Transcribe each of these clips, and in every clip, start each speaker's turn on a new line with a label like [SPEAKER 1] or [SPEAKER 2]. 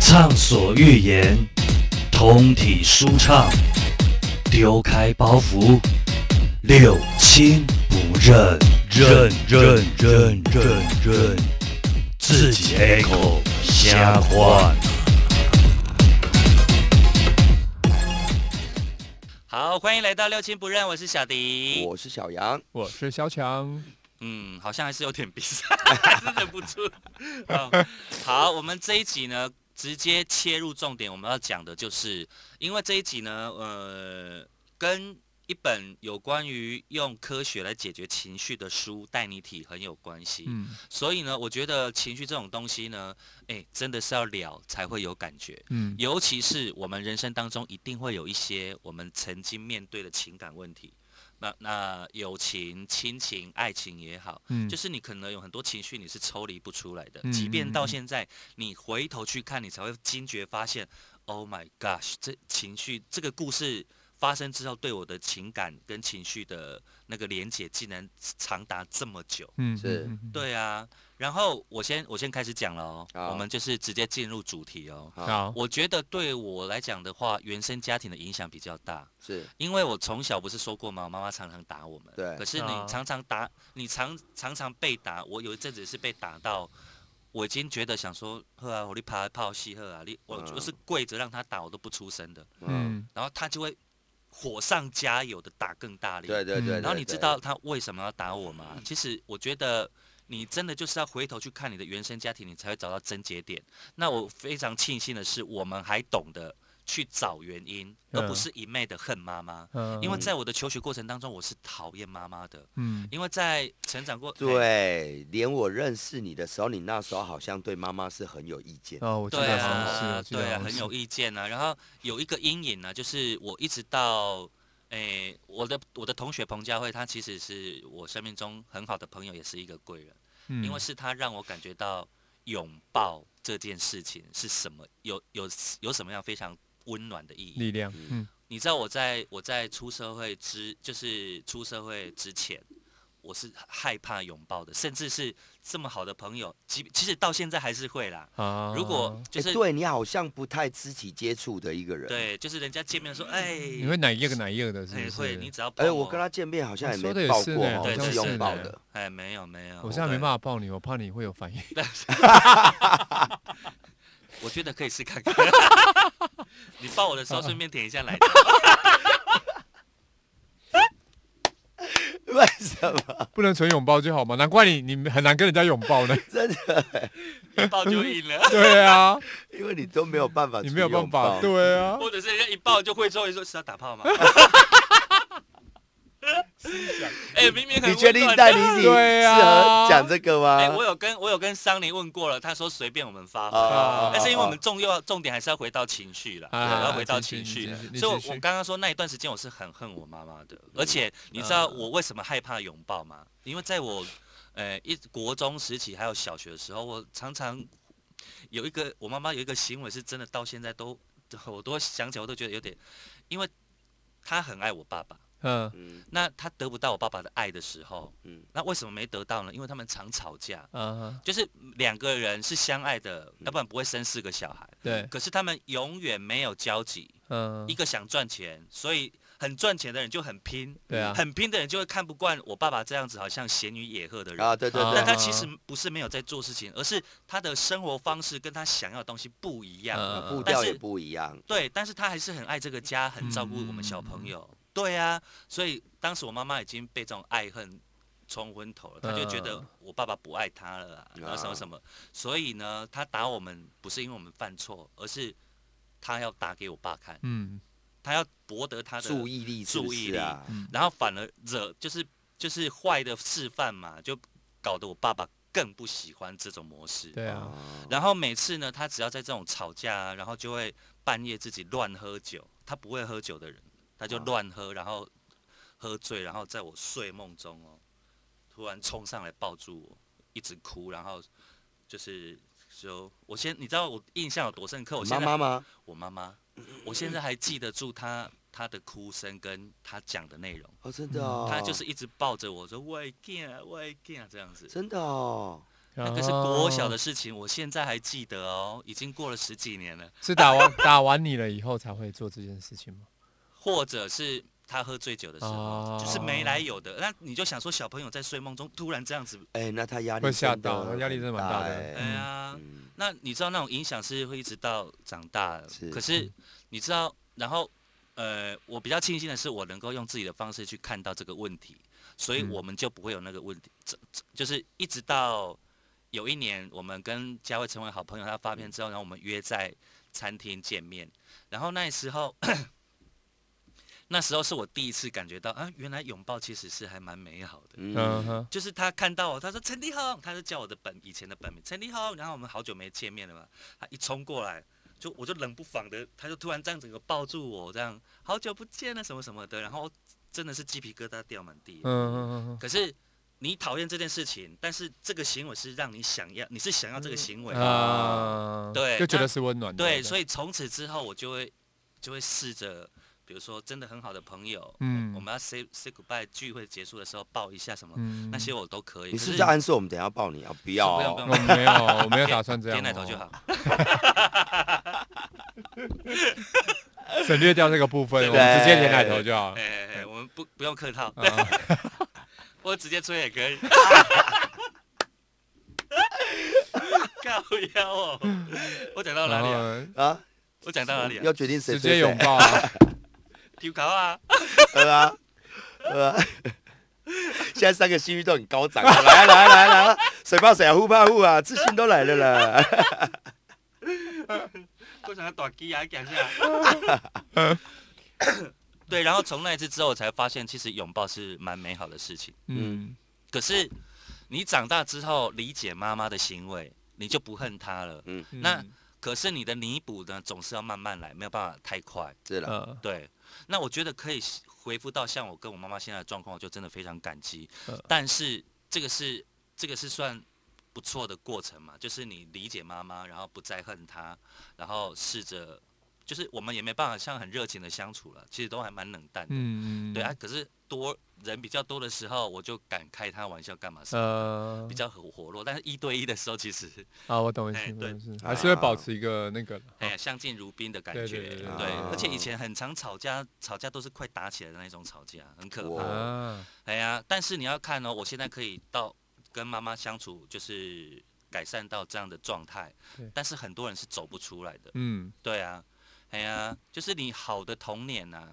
[SPEAKER 1] 畅所欲言，通体舒畅，丢开包袱，六亲不认，认认认认认，自己 A 口瞎换。
[SPEAKER 2] 好，欢迎来到六亲不认，我是小迪。
[SPEAKER 3] 我是小杨，
[SPEAKER 4] 我是小强，
[SPEAKER 2] 嗯，好像还是有点鼻塞，还是忍不住。好好，我们这一集呢，直接切入重点，我们要讲的就是，因为这一集呢，呃，跟一本有关于用科学来解决情绪的书《带你体》很有关系。
[SPEAKER 4] 嗯，
[SPEAKER 2] 所以呢，我觉得情绪这种东西呢，哎，真的是要聊才会有感觉。
[SPEAKER 4] 嗯，
[SPEAKER 2] 尤其是我们人生当中一定会有一些我们曾经面对的情感问题，那那友情、亲情、爱情也好，
[SPEAKER 4] 嗯
[SPEAKER 2] 就是你可能有很多情绪你是抽离不出来的，
[SPEAKER 4] 嗯
[SPEAKER 2] 即便
[SPEAKER 4] 嗯
[SPEAKER 2] 到
[SPEAKER 4] 嗯
[SPEAKER 2] 现在你回头去看，你才会惊觉发现，Oh my gosh，这情绪这个故事。发生之后，对我的情感跟情绪的那个连接，竟然长达这么久。
[SPEAKER 4] 嗯
[SPEAKER 3] 是，
[SPEAKER 2] 对啊，然后我先我先开始讲了哦，我
[SPEAKER 3] 好
[SPEAKER 2] 们就是直接进入主题哦。
[SPEAKER 3] 好
[SPEAKER 4] 好，
[SPEAKER 2] 我觉得对我来讲的话，原生家庭的影响比较大，
[SPEAKER 3] 是
[SPEAKER 2] 因为我从小不是说过吗？我妈妈常常打我们。
[SPEAKER 3] 对
[SPEAKER 2] 可是你
[SPEAKER 4] 啊
[SPEAKER 2] 常常打，你常常常被打。我有一阵子是被打到，我已经觉得想说，呵啊，我你爬泡戏呵啊，你我
[SPEAKER 3] 嗯
[SPEAKER 2] 就是跪着让他打，我都不出声的。
[SPEAKER 3] 嗯，
[SPEAKER 4] 嗯
[SPEAKER 2] 然后他就会火上加油的打更大力。
[SPEAKER 3] 对对对，
[SPEAKER 2] 嗯然后
[SPEAKER 3] 对
[SPEAKER 2] 你知
[SPEAKER 3] 对
[SPEAKER 2] 道他为什么要打我吗？
[SPEAKER 4] 嗯
[SPEAKER 2] 其实我觉得你真的就是要回头去看你的原生家庭，你才会找到症结点。那我非常庆幸的是，我们还懂得去找原因，而不
[SPEAKER 4] 嗯
[SPEAKER 2] 是一昧的恨妈妈。
[SPEAKER 4] 嗯
[SPEAKER 2] 呃因为在我的求学过程当中，我是讨厌妈妈的，
[SPEAKER 4] 嗯
[SPEAKER 2] 因为在成长过哎
[SPEAKER 3] 对，连我认识你的时候，你那时候好像对妈妈是很有意见，哎
[SPEAKER 4] 哦，我记
[SPEAKER 2] 对
[SPEAKER 4] 得好
[SPEAKER 2] 啊
[SPEAKER 4] 像，是，
[SPEAKER 2] 对啊，很有意见啊。然后有一个阴影呢、啊就是我一直到，诶，我的我的同学彭佳慧，她其实是我生命中很好的朋友，也是一个贵人。
[SPEAKER 4] 因
[SPEAKER 2] 因为是他让我感觉到拥抱这件事情是什么，有有有什么样非常温暖的意义。
[SPEAKER 4] 力量，嗯
[SPEAKER 2] 你知道我在我在出社会之，就是出社会之前，我是害怕拥抱的，甚至是这么好的朋友，即其实到现在还是会啦。
[SPEAKER 4] 啊，
[SPEAKER 2] 如果就是、
[SPEAKER 3] 诶对你好像不太肢体接触的一个人，，
[SPEAKER 2] 对就是人家见面说，哎，
[SPEAKER 4] 你会哪一个哪一个的，是
[SPEAKER 2] 哎
[SPEAKER 4] 不
[SPEAKER 2] 会，
[SPEAKER 4] 是？
[SPEAKER 2] 你只要碰
[SPEAKER 3] 哎，我跟他见面好像也
[SPEAKER 4] 说得
[SPEAKER 3] 没
[SPEAKER 4] 也
[SPEAKER 3] 抱
[SPEAKER 4] 是
[SPEAKER 3] 过
[SPEAKER 4] 呢
[SPEAKER 3] 哦，
[SPEAKER 2] 哦对
[SPEAKER 3] 都
[SPEAKER 2] 对
[SPEAKER 3] 是
[SPEAKER 2] 是
[SPEAKER 3] 拥抱
[SPEAKER 4] 呢
[SPEAKER 3] 的，
[SPEAKER 2] 哎没有没有，
[SPEAKER 4] 我现在没办
[SPEAKER 2] 法，
[SPEAKER 4] 法抱你，我怕你会有反应。
[SPEAKER 2] 我觉得可以试看看。你抱我的时候顺便舔一下奶头。
[SPEAKER 3] 为什么？
[SPEAKER 4] 不能纯拥抱就好嘛，难怪你你很难跟人家拥抱呢。，
[SPEAKER 3] 真的，
[SPEAKER 2] 一抱就硬了
[SPEAKER 4] 对啊，
[SPEAKER 3] 因为你都没有办法，
[SPEAKER 4] 你没有办法，，对啊，
[SPEAKER 2] 或者是人家一抱就会说一说是要打炮 吗？哎、明明很
[SPEAKER 3] 你确定
[SPEAKER 2] 温暖
[SPEAKER 3] 带
[SPEAKER 2] 的
[SPEAKER 3] 你你适
[SPEAKER 4] 对啊
[SPEAKER 3] 合讲这个
[SPEAKER 2] 哎、
[SPEAKER 3] 吗
[SPEAKER 2] 我？有跟我有跟桑尼问过了，他说随便我们发
[SPEAKER 3] 啊
[SPEAKER 2] 挥，
[SPEAKER 3] 啊
[SPEAKER 2] 但是因为我们
[SPEAKER 3] 啊
[SPEAKER 2] 重要重点还是要回到情绪了，
[SPEAKER 4] 啊
[SPEAKER 2] 对要回到
[SPEAKER 4] 继续
[SPEAKER 2] 情绪
[SPEAKER 4] 你继续。你
[SPEAKER 2] 所以我，
[SPEAKER 4] 继续
[SPEAKER 2] 我刚刚说那一段时间我是很恨我妈妈的，而且你知道我为什么害怕拥抱吗？因为在我呃一国中时期还有小学的时候，我常常有一个我妈妈有一个行为是真的到现在都我都想起来我都觉得有点，因为她很爱我爸爸，
[SPEAKER 4] 嗯
[SPEAKER 3] 嗯
[SPEAKER 2] 那她得不到我爸爸的爱的时候，
[SPEAKER 3] 嗯
[SPEAKER 2] 那为什么没得到呢？因为他们常吵架。
[SPEAKER 4] 啊，
[SPEAKER 2] 就是两个人是相爱的，要不然不会生四个小孩。
[SPEAKER 4] 对，
[SPEAKER 2] 可是他们永远没有交集，
[SPEAKER 4] 嗯
[SPEAKER 2] 一，个想赚钱，所以很赚钱的人就很拼，
[SPEAKER 4] 对啊，
[SPEAKER 2] 很拼的人就会看不惯我爸爸这样子好像闲云野鹤的人。
[SPEAKER 3] 啊，对对
[SPEAKER 4] 啊
[SPEAKER 2] 但
[SPEAKER 3] 对，
[SPEAKER 2] 他其实不是没有在做事情，而是他的生活方式跟他想要的东西不一样。
[SPEAKER 4] 嗯
[SPEAKER 3] 步
[SPEAKER 2] 但
[SPEAKER 3] 调
[SPEAKER 2] 是
[SPEAKER 3] 也不一样，
[SPEAKER 2] 对，但是他还是很爱这个家，很照顾我们小
[SPEAKER 3] 嗯
[SPEAKER 2] 朋友。对啊，所以当时我妈妈已经被这种爱恨冲昏头了，她就觉得
[SPEAKER 4] 嗯
[SPEAKER 2] 我爸爸不爱她了啊，然后什么
[SPEAKER 3] 啊
[SPEAKER 2] 什么。所以呢，她打我们不是因为我们犯错，而是她要打给我爸看，
[SPEAKER 4] 嗯
[SPEAKER 2] 她要博得他的
[SPEAKER 3] 注意力是不
[SPEAKER 2] 注意
[SPEAKER 3] 是
[SPEAKER 2] 力
[SPEAKER 3] 啊？
[SPEAKER 4] 嗯，
[SPEAKER 2] 然后反而惹就是就是坏的示范嘛，就搞得我爸爸更不喜欢这种模式。
[SPEAKER 4] 对啊，
[SPEAKER 3] 哦
[SPEAKER 2] 然后每次呢，他只要在这种吵架啊，然后就会半夜自己乱喝酒。他不会喝酒的人，他就
[SPEAKER 3] 啊
[SPEAKER 2] 乱喝，然后喝醉，然后在我睡梦中哦，突然冲上来抱住我，一直哭，然后就是说，我先你知道我印象有多深刻？哦我现
[SPEAKER 3] 妈
[SPEAKER 2] 在
[SPEAKER 3] 妈吗？
[SPEAKER 2] 我妈妈，我现在还记得住她她的哭声跟她讲的内容。嗯
[SPEAKER 3] 哦，真的哦，
[SPEAKER 2] 她就是一直抱着我说：“我的囝，我的囝”这样子。
[SPEAKER 3] 真的哦，
[SPEAKER 2] 那个是国小
[SPEAKER 4] 哦
[SPEAKER 2] 的事情，我现在还记得哦，已经过了十几年了。
[SPEAKER 4] 是打完打完你了以后才会做这件事情吗？
[SPEAKER 2] 或者是他喝醉酒的时候，就是没来由的。那你就想说，小朋友在睡梦中突然这样子，
[SPEAKER 3] 哎，那他压力
[SPEAKER 4] 会吓
[SPEAKER 3] 真的
[SPEAKER 4] 到压力真的蛮大的
[SPEAKER 3] 很
[SPEAKER 2] 哎
[SPEAKER 3] 哎
[SPEAKER 4] 嗯
[SPEAKER 2] 呀，
[SPEAKER 3] 嗯
[SPEAKER 2] 那你知道那种影响是会一直到长大的。
[SPEAKER 3] 是
[SPEAKER 2] 可是你知道，然后呃，我比较庆幸的是，我能够用自己的方式去看到这个问题，所以
[SPEAKER 4] 嗯
[SPEAKER 2] 我们就不会有那个问题。这、这就是一直到有一年，我们跟佳慧成为好朋友，他发片之后，然后我们约在餐厅见面，然后那时候。 那时候是我第一次感觉到啊，原来拥抱其实是还蛮美好的。
[SPEAKER 4] 嗯
[SPEAKER 3] 嗯，
[SPEAKER 4] 哼，
[SPEAKER 2] 就是他看到我，他说陈立宏，他就叫我的本以前的本名陈立宏，然后我们好久没见面了嘛，他一冲过来，就我就冷不防的，他就突然这样整个抱住我，这样好久不见了什么什么的，然后真的是鸡皮疙瘩掉满地。
[SPEAKER 4] 嗯嗯嗯
[SPEAKER 2] 可是你讨厌这件事情，但是这个行为是让你想要，你是想要这个行为
[SPEAKER 4] 嗯，，啊，
[SPEAKER 2] 对
[SPEAKER 4] 就觉
[SPEAKER 2] 那
[SPEAKER 4] 得是温暖的，
[SPEAKER 2] 对，所
[SPEAKER 4] 以
[SPEAKER 2] 以从此之后我就会就会试着，比如说真的很好的朋友，
[SPEAKER 4] 嗯
[SPEAKER 2] 我们要 say say goodbye 聚会结束的时候抱一下什么，
[SPEAKER 4] 嗯
[SPEAKER 2] 那些我都可以。
[SPEAKER 3] 你
[SPEAKER 2] 可
[SPEAKER 3] 是不是要暗示我们等一下抱你啊？不要
[SPEAKER 2] 不要
[SPEAKER 3] 哦
[SPEAKER 2] 不，要
[SPEAKER 4] 我没有，我没有打算这样哦，
[SPEAKER 2] 点奶头就好。
[SPEAKER 4] 省略掉这个部分，我们
[SPEAKER 3] 对
[SPEAKER 4] 直接点奶头就好。
[SPEAKER 2] 哎哎哎，我们不不用客套，
[SPEAKER 4] 啊
[SPEAKER 2] 我直接吹也 可以。靠腰哦！我讲到哪里啊？
[SPEAKER 4] 然后
[SPEAKER 3] 啊，
[SPEAKER 2] 我讲到哪里啊
[SPEAKER 3] 要？决定谁
[SPEAKER 4] 直
[SPEAKER 3] 追
[SPEAKER 4] 接拥
[SPEAKER 3] 谁，
[SPEAKER 4] 抱啊，
[SPEAKER 2] 丢考啊！
[SPEAKER 3] 对啊，对啊。 现在三个信誉都很高涨，来啊来啊来啊来啊，谁怕谁啊，互怕互啊，自信都来了啦。
[SPEAKER 2] 我想要短鸡啊，讲一下。
[SPEAKER 4] 嗯
[SPEAKER 2] 对，然后从那一次之后，我才发现其实拥抱是蛮美好的事情。
[SPEAKER 4] 嗯，
[SPEAKER 2] 可是你长大之后理解妈妈的行为，你就不恨她了。
[SPEAKER 4] 嗯
[SPEAKER 2] 那可是你的弥补呢，总是要慢慢来，没有办法太快。
[SPEAKER 3] 是了，
[SPEAKER 4] 呃，
[SPEAKER 2] 对，那我觉得可以回复到像我跟我妈妈现在的状况，我就真的非常感激。
[SPEAKER 4] 呃
[SPEAKER 2] 但是这个是这个是算不错的过程嘛，就是你理解妈妈，然后不再恨她，然后试着就是我们也没办法像很热情的相处了，其实都还蛮冷淡的。
[SPEAKER 4] 嗯，
[SPEAKER 2] 对啊，，可是多人比较多的时候，我就敢开她玩笑干嘛是、
[SPEAKER 4] 呃
[SPEAKER 2] 比，较很活络，但是一对一的时候，其实
[SPEAKER 4] 啊，我懂意思，
[SPEAKER 2] 哎
[SPEAKER 4] 我
[SPEAKER 2] 对
[SPEAKER 4] 懂意思，还是会保持一个那个，
[SPEAKER 2] 哎呀相敬如宾的感
[SPEAKER 4] 对
[SPEAKER 2] 觉，
[SPEAKER 4] 对对对
[SPEAKER 3] 对
[SPEAKER 2] 而且以前很常吵架，吵架都是快打起来的那种吵架，很可
[SPEAKER 3] 哇
[SPEAKER 2] 怕。
[SPEAKER 4] 啊，
[SPEAKER 2] 哎呀，但是你要看哦，我现在可以到跟妈妈相处，就是改善到这样的状态
[SPEAKER 4] 对，
[SPEAKER 2] 但是很多人是走不出来的。
[SPEAKER 4] 嗯，
[SPEAKER 2] 对啊，哎呀，就是你好的童年呐、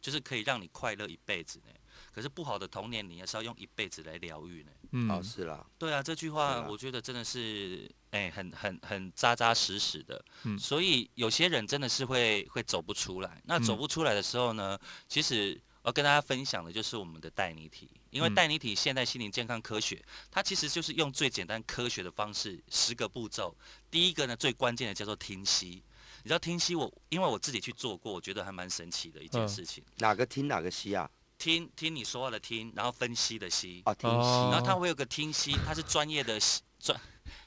[SPEAKER 2] 就是可以让你快乐一辈子呢。可是不好的童年，你还是要用一辈子来疗愈呢。
[SPEAKER 4] 嗯，
[SPEAKER 3] 哦是啦，
[SPEAKER 2] 对啊，这句
[SPEAKER 3] 是
[SPEAKER 2] 话
[SPEAKER 3] 啊
[SPEAKER 2] 我觉得真的是，哎、很很很扎扎实实的。
[SPEAKER 4] 嗯
[SPEAKER 2] 所以有些人真的是会会走不出来。那走
[SPEAKER 4] 嗯
[SPEAKER 2] 不出来的时候呢，其实我要跟大家分享的就是我们的带你体，因为
[SPEAKER 4] 嗯
[SPEAKER 2] 带你体现代心灵健康科学，它其实就是用最简单科学的方式，十个步骤。第一个呢，最关键的叫做听息。你知道听息我，因为我自己去做过，我觉得还蛮神奇的一件
[SPEAKER 4] 嗯
[SPEAKER 2] 事情。
[SPEAKER 3] 哪个听哪个吸啊？
[SPEAKER 2] 听听你说话的听，然后分析的析，
[SPEAKER 3] 啊，听
[SPEAKER 4] 哦
[SPEAKER 2] 然后它会有个听析，它是专业的析专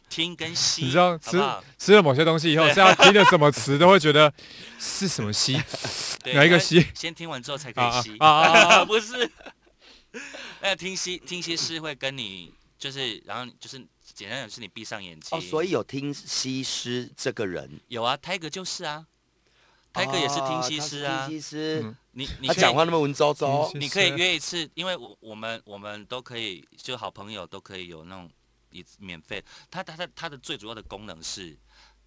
[SPEAKER 2] 听跟析，
[SPEAKER 4] 你知道
[SPEAKER 2] 好不
[SPEAKER 4] 吃
[SPEAKER 2] 好？
[SPEAKER 4] 吃了某些东西以后，现在听了什么词都会觉得是什么西
[SPEAKER 2] 对
[SPEAKER 4] 哪一个
[SPEAKER 2] 那
[SPEAKER 4] 吸
[SPEAKER 2] 先听完之后才可
[SPEAKER 4] 啊
[SPEAKER 2] 以
[SPEAKER 4] 啊
[SPEAKER 2] 吸
[SPEAKER 4] 啊啊 啊，
[SPEAKER 2] 不是？那听析听析师会跟你就是，然后你就是简单讲是你闭上眼睛。
[SPEAKER 3] 哦，所以有听西施这个人，
[SPEAKER 2] 有啊，Tiger 就是啊，Tiger 也是听析师
[SPEAKER 3] 哦哦他
[SPEAKER 2] 啊
[SPEAKER 3] 是。听西施
[SPEAKER 4] 嗯，
[SPEAKER 2] 你你
[SPEAKER 3] 他
[SPEAKER 2] 可以
[SPEAKER 3] 讲话那么文绉绉，
[SPEAKER 4] 听西
[SPEAKER 2] 哦你可以
[SPEAKER 4] 嗯是
[SPEAKER 2] 约一次，因为我我们我们都可以，就好朋友都可以有那种一免费。它它它它的最主要的功能是，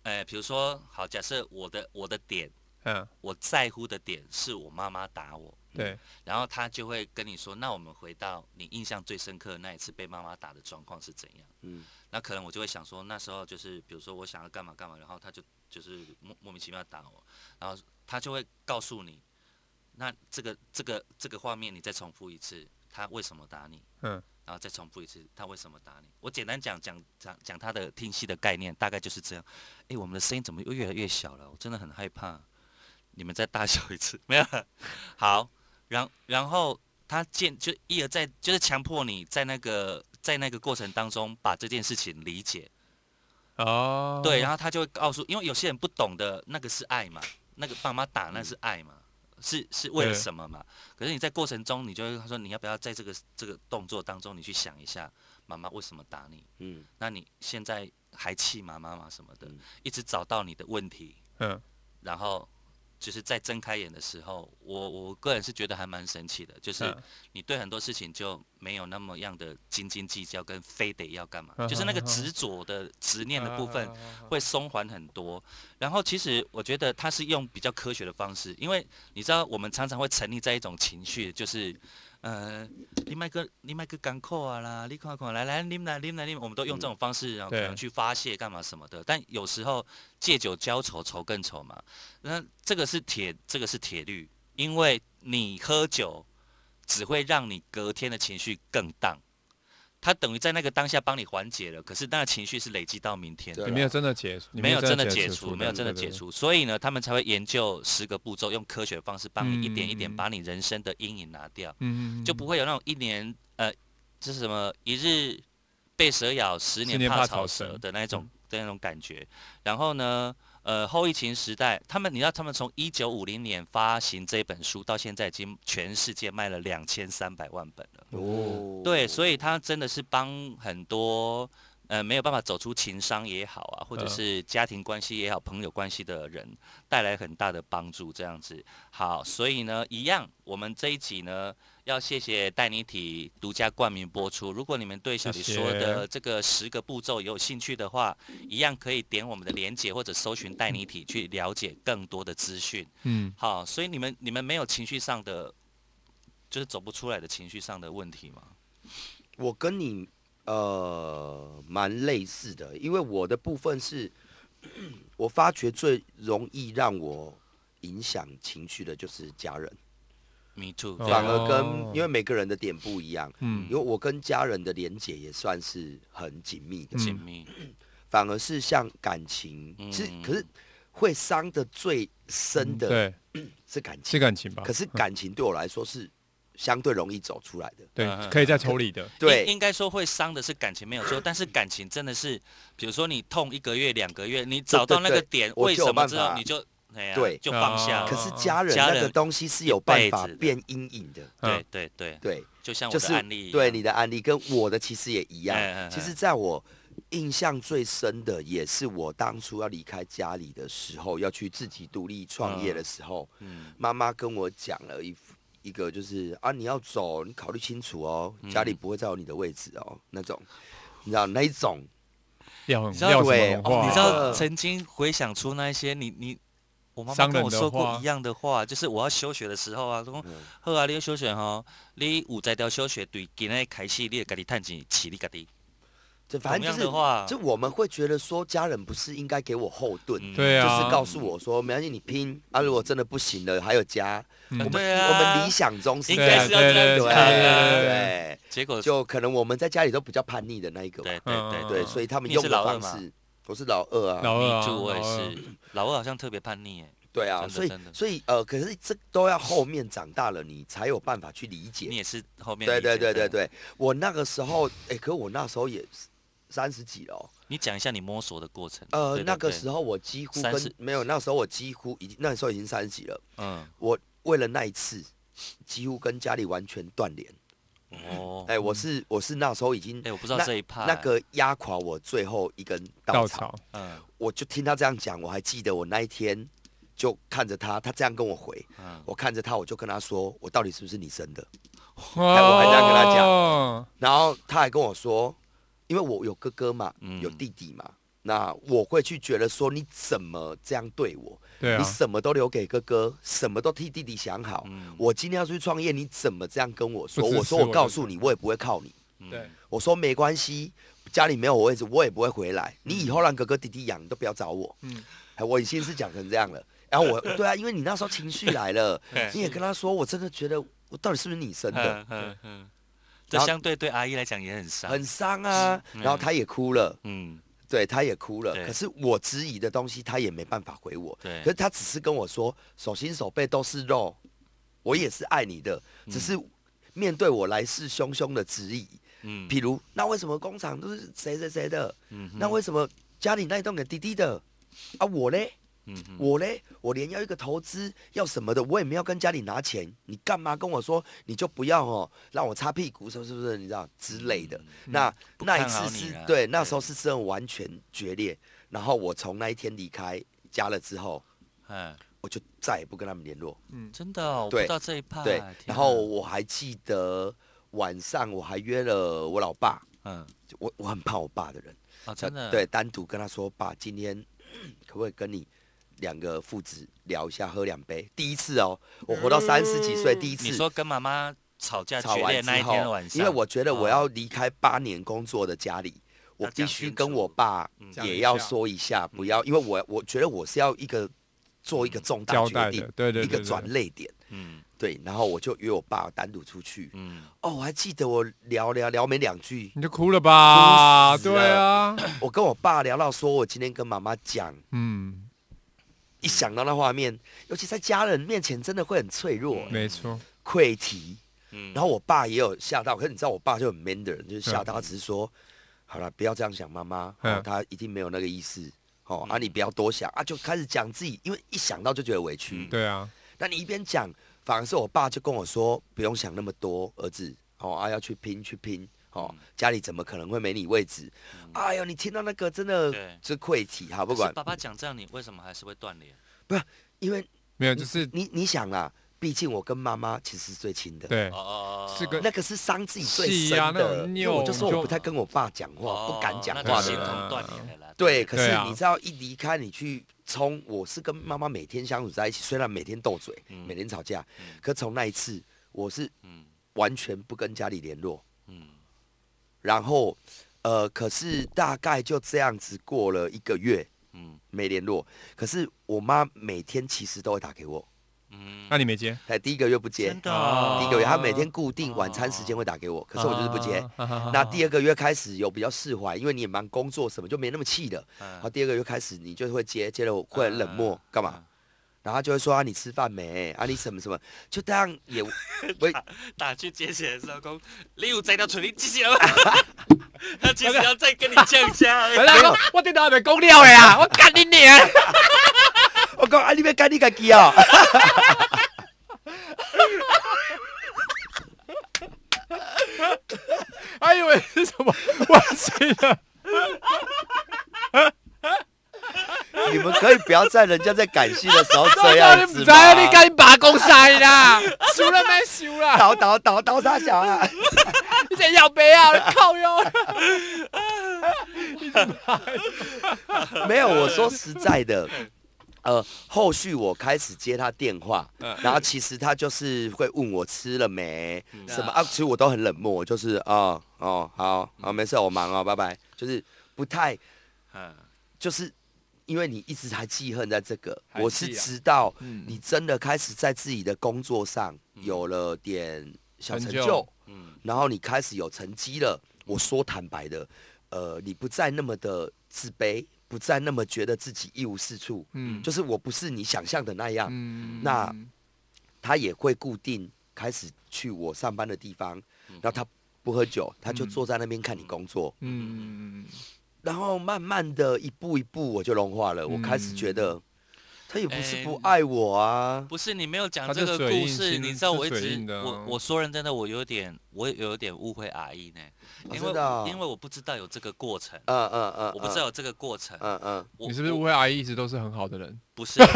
[SPEAKER 2] 呃，比如说好，假设我的我的点，
[SPEAKER 4] 嗯，
[SPEAKER 2] 我在乎的点是我妈妈打我，
[SPEAKER 4] 对，
[SPEAKER 2] 然后他就会跟你说，那我们回到你印象最深刻的那一次被妈妈打的状况是怎样？
[SPEAKER 3] 嗯，
[SPEAKER 2] 那可能我就会想说，那时候就是比如说我想要干嘛干嘛，然后他就就是莫莫名其妙地打我，然后他就会告诉你，那这个这个这个画面你再重复一次，他为什么打你？
[SPEAKER 4] 嗯，
[SPEAKER 2] 然后再重复一次，他为什么打你？我简单讲讲讲讲他的听戏的概念，大概就是这样。诶，我们的声音怎么又越来越小了？我真的很害怕。你们再大小一次，没有啦？好，然然后他见就一而再，就是强迫你在那个在那个过程当中把这件事情理解，嗯
[SPEAKER 4] 哦，
[SPEAKER 2] 对，然后他就会告诉，因为有些人不懂得那个是爱嘛，那个爸妈打那是爱嘛，是是为了
[SPEAKER 4] 对
[SPEAKER 2] 什么嘛？可是你在过程中，你就会说你要不要在这个这个动作当中，你去想一下妈妈为什么打你？
[SPEAKER 3] 嗯，
[SPEAKER 2] 那你现在还气妈妈吗？什么的，
[SPEAKER 3] 嗯
[SPEAKER 2] 一直找到你的问题，
[SPEAKER 4] 嗯，
[SPEAKER 2] 然后就是在睁开眼的时候，我我个人是觉得还蛮神奇的，就是
[SPEAKER 4] 嗯
[SPEAKER 2] 你对很多事情就没有那么样的斤斤计较，跟非得要干嘛，
[SPEAKER 4] 嗯
[SPEAKER 2] 就是那个
[SPEAKER 4] 嗯嗯
[SPEAKER 2] 执着的执念的部分
[SPEAKER 4] 啊，啊啊
[SPEAKER 2] 会松缓很多。然后其实我觉得他是用比较科学的方式，因为你知道我们常常会沉溺在一种情绪，就是。呃，你买个你买个港口啊啦，你看看来来，你们来你们来你们，我们都用这种方式，然后可
[SPEAKER 4] 对
[SPEAKER 2] 能去发泄干嘛什么的。但有时候借酒浇愁，愁更愁嘛。那这个是铁，这个是铁律，因为你喝酒只会让你隔天的情绪更荡。他等于在那个当下帮你缓解了，可是那个情绪是累积到明天的
[SPEAKER 3] 对
[SPEAKER 4] 你啊没有真的解，你
[SPEAKER 2] 没有真的解
[SPEAKER 4] 解除
[SPEAKER 2] 除，没有真的解。除，所以呢，他们才会研究十个步骤，用科学的方式帮你一点一点
[SPEAKER 4] 嗯
[SPEAKER 2] 把你人生的阴影拿掉，
[SPEAKER 4] 嗯，
[SPEAKER 2] 就不会有那种一年呃，这是什么一日被蛇咬，十
[SPEAKER 4] 十年
[SPEAKER 2] 怕
[SPEAKER 4] 怕
[SPEAKER 2] 草
[SPEAKER 4] 草
[SPEAKER 2] 蛇
[SPEAKER 4] 绳嗯
[SPEAKER 2] 的那种的那种感觉。然后呢，呃，后疫情时代，他们你知道，他们从一九五零年发行这本书到现在，已经全世界卖了两千三百万本了。
[SPEAKER 1] 哦，
[SPEAKER 2] 对，所
[SPEAKER 3] 以
[SPEAKER 4] 嗯
[SPEAKER 2] 以他真的是帮很多呃没有办法走出情伤也好啊，或者
[SPEAKER 4] 嗯
[SPEAKER 2] 是家庭关系也好、朋友关系的人带来很大的帮助。这样子，好，所以呢，一样，我们这一集呢要谢谢带你体独家冠名播出。如果你们对小迪
[SPEAKER 4] 谢谢
[SPEAKER 2] 说的这个十个步骤有兴趣的话，一样可以点我们的连结或者搜寻带你体去了解更多的资讯。
[SPEAKER 4] 嗯，
[SPEAKER 2] 好，所以你们你们没有情绪上的。就是走不出来的情绪上的问题吗？
[SPEAKER 3] 我跟你呃蛮类似的，因为我的部分是，我发觉最容易让我影响情绪的就是家人，
[SPEAKER 2] Me too，
[SPEAKER 4] 哦
[SPEAKER 3] 反而跟、
[SPEAKER 4] 哦
[SPEAKER 3] 因为每个人的点不一样，
[SPEAKER 4] 嗯
[SPEAKER 3] 因为我跟家人的连结也算是很紧密的，
[SPEAKER 4] 嗯
[SPEAKER 2] 紧密，
[SPEAKER 3] 反而是像感情，是
[SPEAKER 2] 嗯
[SPEAKER 3] 可是会伤的最深的
[SPEAKER 4] 嗯对，啊
[SPEAKER 3] 是感情，
[SPEAKER 4] 是感情吧？
[SPEAKER 3] 可是感情对我来说是相对容易走出来的，
[SPEAKER 2] 嗯
[SPEAKER 4] 对，可以再抽离的。
[SPEAKER 3] 对
[SPEAKER 2] 应，应该说会伤的是感情没有错，但是感情真的是，比如说你痛一个月、两个月，你找到那个点，
[SPEAKER 3] 我
[SPEAKER 2] 为
[SPEAKER 3] 就有
[SPEAKER 2] 什么
[SPEAKER 3] 办
[SPEAKER 2] 之后
[SPEAKER 3] 法
[SPEAKER 2] 你就哎呀
[SPEAKER 3] 对
[SPEAKER 2] 就放下
[SPEAKER 4] 哦
[SPEAKER 3] 可
[SPEAKER 2] 了。
[SPEAKER 3] 是家人
[SPEAKER 2] 嗯家
[SPEAKER 3] 那个
[SPEAKER 2] 人
[SPEAKER 3] 东西是有办法
[SPEAKER 2] 一辈子的
[SPEAKER 3] 变阴影的，
[SPEAKER 4] 啊
[SPEAKER 2] 对对对，
[SPEAKER 3] 对，
[SPEAKER 2] 就像我
[SPEAKER 3] 就是
[SPEAKER 2] 的案例一样，
[SPEAKER 3] 对你的案例跟我的其实也一样
[SPEAKER 2] 哎哎哎。
[SPEAKER 3] 其实，在我印象最深的，也是我当初要离开家里的时候，要去自己独立创业的时候，
[SPEAKER 2] 嗯，
[SPEAKER 3] 妈妈跟我讲了一幅一个，就是啊，你要走，你考虑清楚哦，家
[SPEAKER 2] 嗯
[SPEAKER 3] 里不会再有你的位置哦，那种，你知道那一种，
[SPEAKER 4] 要很
[SPEAKER 2] 你知道
[SPEAKER 4] 要
[SPEAKER 3] 对
[SPEAKER 4] 什么
[SPEAKER 3] 哦
[SPEAKER 4] 话？
[SPEAKER 2] 你知
[SPEAKER 3] 哇
[SPEAKER 2] 道曾经回想出那一些你你。我妈妈
[SPEAKER 4] 伤
[SPEAKER 2] 跟
[SPEAKER 4] 人
[SPEAKER 2] 我
[SPEAKER 4] 的
[SPEAKER 2] 说过
[SPEAKER 4] 话
[SPEAKER 2] 一样的话，就是我要休学的时候啊，她说
[SPEAKER 3] 嗯
[SPEAKER 2] 好啊，你要休学吼，你有在条休学，对今天开始你会家己趁钱，饲你家己。
[SPEAKER 3] 这反
[SPEAKER 2] 同
[SPEAKER 3] 正
[SPEAKER 2] 样
[SPEAKER 3] 就是
[SPEAKER 2] 的。话，
[SPEAKER 3] 就我们会觉得说，家人不是应该给我后盾，
[SPEAKER 2] 嗯
[SPEAKER 4] 对啊
[SPEAKER 3] 就是告诉我说，没关系，你拼啊！如果真的不行了，还有家，
[SPEAKER 4] 嗯
[SPEAKER 3] 我们
[SPEAKER 2] 对啊
[SPEAKER 3] 我们理想中是
[SPEAKER 2] 应
[SPEAKER 3] 这
[SPEAKER 2] 该
[SPEAKER 3] 样
[SPEAKER 2] 是
[SPEAKER 3] 子
[SPEAKER 2] 要这样
[SPEAKER 4] 对
[SPEAKER 2] 子
[SPEAKER 4] 对
[SPEAKER 2] 看啊
[SPEAKER 4] 对
[SPEAKER 3] 对
[SPEAKER 2] 结果
[SPEAKER 3] 对，就可能我们在家里都比较叛逆的那一个吧
[SPEAKER 2] 对，对对
[SPEAKER 4] 嗯
[SPEAKER 3] 对，
[SPEAKER 4] 嗯
[SPEAKER 3] 所以他们
[SPEAKER 2] 你
[SPEAKER 3] 用
[SPEAKER 2] 是
[SPEAKER 3] 的
[SPEAKER 2] 老二
[SPEAKER 3] 方
[SPEAKER 2] 嘛
[SPEAKER 3] 式，我是老二啊，
[SPEAKER 4] 老二啊，
[SPEAKER 2] 就我也
[SPEAKER 4] 老二
[SPEAKER 2] 是，老二好像特别叛逆耶，
[SPEAKER 3] 对啊，
[SPEAKER 2] 真的
[SPEAKER 3] 所以
[SPEAKER 2] 真的
[SPEAKER 3] 所以呃，可是这都要后面长大了，你才有办法去理
[SPEAKER 2] 你
[SPEAKER 3] 解。
[SPEAKER 2] 也是后面
[SPEAKER 3] 对
[SPEAKER 2] 理
[SPEAKER 3] 对
[SPEAKER 2] 解
[SPEAKER 3] 对对
[SPEAKER 2] 的，
[SPEAKER 3] 对，我那个时候，哎，可我那时候也三十几了哦，
[SPEAKER 2] 你讲一下你摸索的过程。
[SPEAKER 3] 呃，
[SPEAKER 2] 对
[SPEAKER 3] 那个，
[SPEAKER 2] 对
[SPEAKER 3] 时候我几乎
[SPEAKER 2] 三
[SPEAKER 3] 跟
[SPEAKER 2] 十
[SPEAKER 3] 没有，那时候我几乎已经那时候已经三十几了。
[SPEAKER 2] 对嗯，
[SPEAKER 3] 我为了那一次，几乎跟家里完全断联。
[SPEAKER 2] 哦，
[SPEAKER 3] 哎、我是我是那时候已经
[SPEAKER 2] 哎，我不知道
[SPEAKER 3] 那
[SPEAKER 2] 这一趴，
[SPEAKER 3] 那，个压垮我最后一根稻
[SPEAKER 4] 啊稻
[SPEAKER 3] 草，
[SPEAKER 4] 草，
[SPEAKER 2] 嗯
[SPEAKER 3] 我就听他这样讲，我还记得我那一天就看着他，他这样跟我回，
[SPEAKER 2] 嗯，
[SPEAKER 3] 我看着他，我就跟他说，我到底是不是你生的？
[SPEAKER 4] 我
[SPEAKER 3] 哎还这样跟他
[SPEAKER 4] 哦
[SPEAKER 3] 讲
[SPEAKER 4] 讲，
[SPEAKER 3] 然后他还跟我说，因为我有哥哥嘛，
[SPEAKER 2] 嗯
[SPEAKER 3] 有弟弟嘛。那我会去觉得说你怎么这样对我？
[SPEAKER 4] 对啊
[SPEAKER 3] 你，什么都留给哥哥，什么都替弟弟想好。
[SPEAKER 2] 嗯
[SPEAKER 3] 我今天要出去创业，你怎么这样跟我说？
[SPEAKER 4] 不支持
[SPEAKER 3] 我说
[SPEAKER 4] 我
[SPEAKER 3] 我告
[SPEAKER 4] 就
[SPEAKER 3] 诉
[SPEAKER 4] 是
[SPEAKER 3] 你，我也不会靠你。
[SPEAKER 2] 嗯
[SPEAKER 4] 对，
[SPEAKER 3] 我说没关系，家里没有我位置，我也不会回来。你以后让哥哥弟弟养，你都不要找我。
[SPEAKER 4] 嗯，
[SPEAKER 3] 哎我已经是讲成这样了。然后 我，对啊，因为你那时候情绪来了，
[SPEAKER 2] 对
[SPEAKER 3] 你也跟他说，我真的觉得我到底是不是你生的，
[SPEAKER 2] 嗯嗯嗯，这
[SPEAKER 3] 然后
[SPEAKER 2] 相对对阿姨来讲也很伤，
[SPEAKER 3] 很伤啊。
[SPEAKER 2] 嗯
[SPEAKER 3] 然后他也哭了，
[SPEAKER 2] 嗯，
[SPEAKER 3] 对，他也哭了。
[SPEAKER 2] 对
[SPEAKER 3] 可是我质疑的东西，他也没办法回我。
[SPEAKER 2] 对
[SPEAKER 3] 可是他只是跟我说，手心手背都是肉，我也是爱你的，只是面对我来势汹汹的质疑，
[SPEAKER 2] 嗯
[SPEAKER 3] 譬如，那为什么工厂都是谁谁谁的？
[SPEAKER 2] 嗯哼
[SPEAKER 3] 那为什么家里那一栋给滴滴的？啊，我嘞，
[SPEAKER 2] 嗯哼，
[SPEAKER 3] 我嘞，我连要一个投资要什么的，我也没有跟家里拿钱，你干嘛跟我说你就不要哦，让我擦屁股，是不是？是不是你知道之类的。那
[SPEAKER 2] 嗯不
[SPEAKER 3] 那一
[SPEAKER 2] 看好
[SPEAKER 3] 次
[SPEAKER 2] 你
[SPEAKER 3] 是
[SPEAKER 2] 啊
[SPEAKER 3] 对，那
[SPEAKER 2] 对
[SPEAKER 3] 时候是真的完全决裂。然后我从那一天离开家了之后，
[SPEAKER 2] 哎，
[SPEAKER 3] 我就再也不跟他们联络。
[SPEAKER 4] 嗯，
[SPEAKER 2] 真的哦，我不
[SPEAKER 3] 对
[SPEAKER 2] 知道这一趴。
[SPEAKER 3] 对
[SPEAKER 2] 天，
[SPEAKER 3] 然后
[SPEAKER 2] 哪
[SPEAKER 3] 我还记得晚上我还约了我老爸，
[SPEAKER 2] 嗯
[SPEAKER 3] 就我我很怕我爸的人，呃
[SPEAKER 2] 啊，真的
[SPEAKER 3] 对，单独跟他说，爸，今天 可不可以跟你两个父子聊一下，喝两杯？第一次哦，我活到三十几岁，第一
[SPEAKER 2] 嗯
[SPEAKER 3] 次
[SPEAKER 2] 你说跟妈妈吵架
[SPEAKER 3] 吵
[SPEAKER 2] 决
[SPEAKER 3] 完
[SPEAKER 2] 裂那
[SPEAKER 3] 之
[SPEAKER 2] 一天的
[SPEAKER 3] 后
[SPEAKER 2] 晚，上，
[SPEAKER 3] 因为我觉得我
[SPEAKER 2] 哦
[SPEAKER 3] 要离开八年工作的家里，我
[SPEAKER 2] 要
[SPEAKER 3] 必
[SPEAKER 2] 讲
[SPEAKER 3] 须
[SPEAKER 2] 清
[SPEAKER 3] 跟
[SPEAKER 2] 楚
[SPEAKER 3] 我爸
[SPEAKER 2] 嗯
[SPEAKER 4] 讲
[SPEAKER 3] 也
[SPEAKER 4] 一
[SPEAKER 3] 要
[SPEAKER 4] 下
[SPEAKER 3] 说一下，不要，因为我我觉得我是要一个做一个重大
[SPEAKER 4] 嗯交
[SPEAKER 3] 决
[SPEAKER 4] 代
[SPEAKER 3] 定
[SPEAKER 4] 的，，对对
[SPEAKER 3] 一
[SPEAKER 4] 对，
[SPEAKER 3] 个
[SPEAKER 4] 对
[SPEAKER 3] 转，泪点。
[SPEAKER 2] 嗯
[SPEAKER 3] 对，然后我就约我爸单独出去。
[SPEAKER 2] 嗯，
[SPEAKER 3] 哦，我还记得我聊聊聊没两句，
[SPEAKER 4] 你就哭了吧？
[SPEAKER 3] 哭死
[SPEAKER 4] 对
[SPEAKER 3] 了
[SPEAKER 4] 啊，
[SPEAKER 3] 我跟我爸聊到说，我今天跟妈妈讲，
[SPEAKER 4] 嗯，
[SPEAKER 3] 一想到那画面，尤其在家人面前，真的会很脆弱、
[SPEAKER 2] 嗯
[SPEAKER 4] 没错，
[SPEAKER 3] 溃堤。
[SPEAKER 2] 嗯
[SPEAKER 3] 然后我爸也有吓到，可是你知道我爸就很 man 的人，就是吓到，他只是说，好了，不要这样想，妈妈，哦
[SPEAKER 4] 嗯
[SPEAKER 3] 他一定没有那个意思。哦，啊，
[SPEAKER 2] 嗯
[SPEAKER 3] 你不要多想啊，就开始讲自己，因为一想到就觉得委屈。
[SPEAKER 2] 嗯
[SPEAKER 4] 对啊，
[SPEAKER 3] 那你一边讲，反而是我爸就跟我说，不用想那么多，儿子，哦啊，要去拼去拼，哦
[SPEAKER 2] 嗯，
[SPEAKER 3] 家里怎么可能会没你位置？
[SPEAKER 2] 嗯
[SPEAKER 3] 哎呦，你听到那个真的
[SPEAKER 2] 对
[SPEAKER 3] 是溃体哈，不
[SPEAKER 2] 可
[SPEAKER 3] 管
[SPEAKER 2] 是，爸爸讲这样，你为什么还是会断联？
[SPEAKER 3] 因为
[SPEAKER 4] 没有，就是
[SPEAKER 3] 你你想啦，毕竟我跟妈妈其实是最亲的，
[SPEAKER 4] 对
[SPEAKER 2] 哦，哦哦，
[SPEAKER 4] 是个
[SPEAKER 3] 那个是伤自己最
[SPEAKER 4] 是啊
[SPEAKER 3] 深
[SPEAKER 4] 那种
[SPEAKER 3] 的，因为
[SPEAKER 4] 拗
[SPEAKER 3] 我就说
[SPEAKER 4] 就
[SPEAKER 3] 我不太跟我爸讲话，
[SPEAKER 2] 哦
[SPEAKER 3] 不敢讲
[SPEAKER 2] 那
[SPEAKER 3] 话
[SPEAKER 2] 就
[SPEAKER 3] 的
[SPEAKER 2] 形
[SPEAKER 4] 人
[SPEAKER 3] 人。
[SPEAKER 4] 啊
[SPEAKER 2] 同断联了啦。
[SPEAKER 3] 对，可是
[SPEAKER 4] 对啊
[SPEAKER 3] 你知道，一离开你去冲，我是跟妈妈每天相处在一起，虽然每天斗嘴，
[SPEAKER 2] 嗯
[SPEAKER 3] 每天吵架，
[SPEAKER 2] 嗯
[SPEAKER 3] 可从那一次，我是
[SPEAKER 2] 嗯
[SPEAKER 3] 完全不跟家里联络，
[SPEAKER 2] 嗯
[SPEAKER 3] 然后，呃，可是大概就这样子过了一个月
[SPEAKER 2] 嗯
[SPEAKER 3] 没联络，可是我妈每天其实都会打给我，
[SPEAKER 2] 嗯，
[SPEAKER 4] 那你没接，
[SPEAKER 3] 哎，第一个月不接
[SPEAKER 2] 真，的哦，
[SPEAKER 4] 啊
[SPEAKER 3] 第一个月她每天固定晚餐时
[SPEAKER 2] 哦
[SPEAKER 3] 间会打给我，可是我就是不接。
[SPEAKER 4] 啊。哈哈哈
[SPEAKER 3] 那第二个月开始有比较释怀，因为你也忙工作什么，就没那么气了。然后
[SPEAKER 2] 嗯
[SPEAKER 3] 第二个月开始你就会接，接了我会很冷漠
[SPEAKER 2] 嗯，
[SPEAKER 3] 干嘛？然后他就会说啊你吃饭没？啊你什么什么，就这样也喂
[SPEAKER 2] 嗯打去接血的时候讲，你有在到处理这些吗？ 他其实要再跟你降 价而已。
[SPEAKER 4] 本来我我电脑还没讲了的啊，我干你娘！
[SPEAKER 3] 我讲啊你别干你自己哦，
[SPEAKER 4] 还以为是什么外星人，
[SPEAKER 3] 你们可以不要在人家在感性的时候这
[SPEAKER 4] 我
[SPEAKER 3] 样
[SPEAKER 4] 不
[SPEAKER 3] 子
[SPEAKER 4] 知
[SPEAKER 3] 吗？
[SPEAKER 4] 道啊你赶紧把公塞啦，输了没输啦，
[SPEAKER 3] 倒倒倒倒他小啊！
[SPEAKER 4] 你这要杯啊，你靠哟！
[SPEAKER 3] 没有，我说实在的，呃，后续我开始接他电话，
[SPEAKER 4] 嗯
[SPEAKER 3] 然后其实他就是会问我吃了没，
[SPEAKER 4] 嗯
[SPEAKER 3] 什么啊，其实我都很冷漠，就是哦哦好啊，没事，我忙哦，拜拜，就是不太
[SPEAKER 2] 嗯
[SPEAKER 3] 就是。因为你一直还记恨在这个，
[SPEAKER 4] 还
[SPEAKER 3] 我是
[SPEAKER 4] 记啊
[SPEAKER 3] 直到
[SPEAKER 4] 嗯
[SPEAKER 3] 你真的开始在自己的工作上
[SPEAKER 2] 嗯
[SPEAKER 3] 有了点小成
[SPEAKER 4] 成
[SPEAKER 3] 就，
[SPEAKER 4] 就
[SPEAKER 2] 嗯
[SPEAKER 3] 然后你开始有成绩了，我说坦白的，呃，你不再那么的自卑，不再那么觉得自己一无是处，
[SPEAKER 4] 嗯
[SPEAKER 3] 就是我不是你想象的那样。
[SPEAKER 4] 嗯
[SPEAKER 3] 那他也会固定开始去我上班的地方，
[SPEAKER 2] 嗯
[SPEAKER 3] 然后他不喝酒，他就
[SPEAKER 4] 嗯
[SPEAKER 3] 坐在那边看你工作，
[SPEAKER 4] 嗯，
[SPEAKER 3] 然后慢慢的一步一步我就融化
[SPEAKER 2] 嗯
[SPEAKER 3] 了，我开始觉得他也不是不爱我啊，
[SPEAKER 2] 不是你没有讲
[SPEAKER 4] 他
[SPEAKER 2] 这个
[SPEAKER 4] 就嘴硬
[SPEAKER 2] 故事，
[SPEAKER 4] 心
[SPEAKER 2] 你知道我一
[SPEAKER 4] 是嘴
[SPEAKER 2] 直
[SPEAKER 4] 硬的啊
[SPEAKER 2] 我我说认真的，我有点我有点误会阿姨
[SPEAKER 4] 啊
[SPEAKER 2] 呢，
[SPEAKER 3] 哦
[SPEAKER 2] 因为
[SPEAKER 3] 真的哦
[SPEAKER 2] 我因为我不知道有这个过程，
[SPEAKER 3] 嗯嗯嗯，
[SPEAKER 2] 我不知道有这个过程，
[SPEAKER 3] 嗯，嗯
[SPEAKER 2] 我
[SPEAKER 4] 啊你是不是误
[SPEAKER 2] 我
[SPEAKER 4] 会阿姨一直都是很好的人？
[SPEAKER 2] 不是？
[SPEAKER 3] 嗯，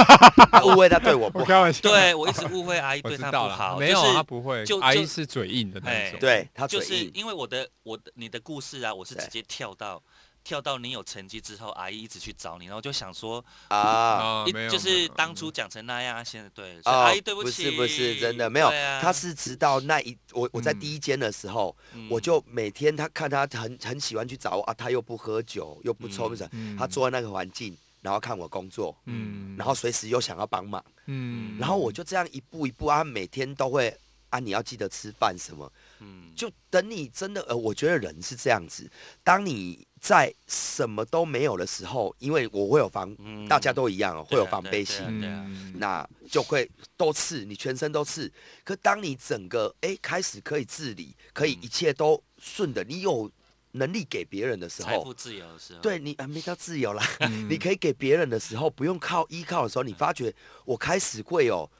[SPEAKER 3] 他误会他对我不
[SPEAKER 4] 我
[SPEAKER 3] 好，
[SPEAKER 4] 开玩笑，
[SPEAKER 2] 对我一直误会阿姨
[SPEAKER 4] 我
[SPEAKER 2] 对
[SPEAKER 4] 知
[SPEAKER 2] 他
[SPEAKER 4] 道
[SPEAKER 2] 不
[SPEAKER 4] 了，
[SPEAKER 2] 好，
[SPEAKER 4] 没有
[SPEAKER 2] 就是
[SPEAKER 4] 他不会
[SPEAKER 2] 就，
[SPEAKER 4] 阿姨
[SPEAKER 2] 就是
[SPEAKER 4] 嘴硬的那一种，
[SPEAKER 3] 对啊他嘴
[SPEAKER 2] 就是
[SPEAKER 3] 硬，
[SPEAKER 2] 因为我的我的你的故事啊，我是
[SPEAKER 3] 对
[SPEAKER 2] 直接跳到跳到你有成绩之后，阿姨一直去找你，然后就想说，
[SPEAKER 3] 啊。哦
[SPEAKER 4] 啊
[SPEAKER 2] 一，
[SPEAKER 4] 没有，嗯
[SPEAKER 2] 就是当初讲成那样，啊现在对，所以哦阿姨对
[SPEAKER 3] 不
[SPEAKER 2] 起，
[SPEAKER 3] 是不是真的没有
[SPEAKER 2] 对，啊、
[SPEAKER 3] 他是直到那一我我在
[SPEAKER 4] 嗯
[SPEAKER 3] 第一间的时候，
[SPEAKER 2] 嗯
[SPEAKER 3] 我就每天他看他很很喜欢去找我啊，他又不喝酒又不抽
[SPEAKER 2] 嗯
[SPEAKER 3] 什么，
[SPEAKER 4] 嗯
[SPEAKER 3] 他坐在那个环境，然后看我工作，
[SPEAKER 4] 嗯
[SPEAKER 3] 然后随时又想要帮忙，
[SPEAKER 4] 嗯
[SPEAKER 3] 然后我就这样一步一步啊，每天都会啊，你要记得吃饭什么，
[SPEAKER 2] 嗯
[SPEAKER 3] 就等你真的呃，我觉得人是这样子，当你在什么都没有的时候，因为我会有防，
[SPEAKER 2] 嗯
[SPEAKER 3] 大家都一样哦会
[SPEAKER 2] 对啊
[SPEAKER 3] 有防备心
[SPEAKER 2] 对啊。
[SPEAKER 4] 嗯
[SPEAKER 2] 对啊
[SPEAKER 3] 那就会都刺，你全身都刺。可当你整个哎、诶开始可以自理，可以
[SPEAKER 2] 嗯
[SPEAKER 3] 一切都顺的，你有能力给别人的时
[SPEAKER 2] 财
[SPEAKER 3] 候
[SPEAKER 2] 富，自由的时候，
[SPEAKER 3] 对你啊，没到自由啦，
[SPEAKER 4] 嗯
[SPEAKER 3] 你可以给别人的时候，不用靠依靠的时候，你发觉我开始会有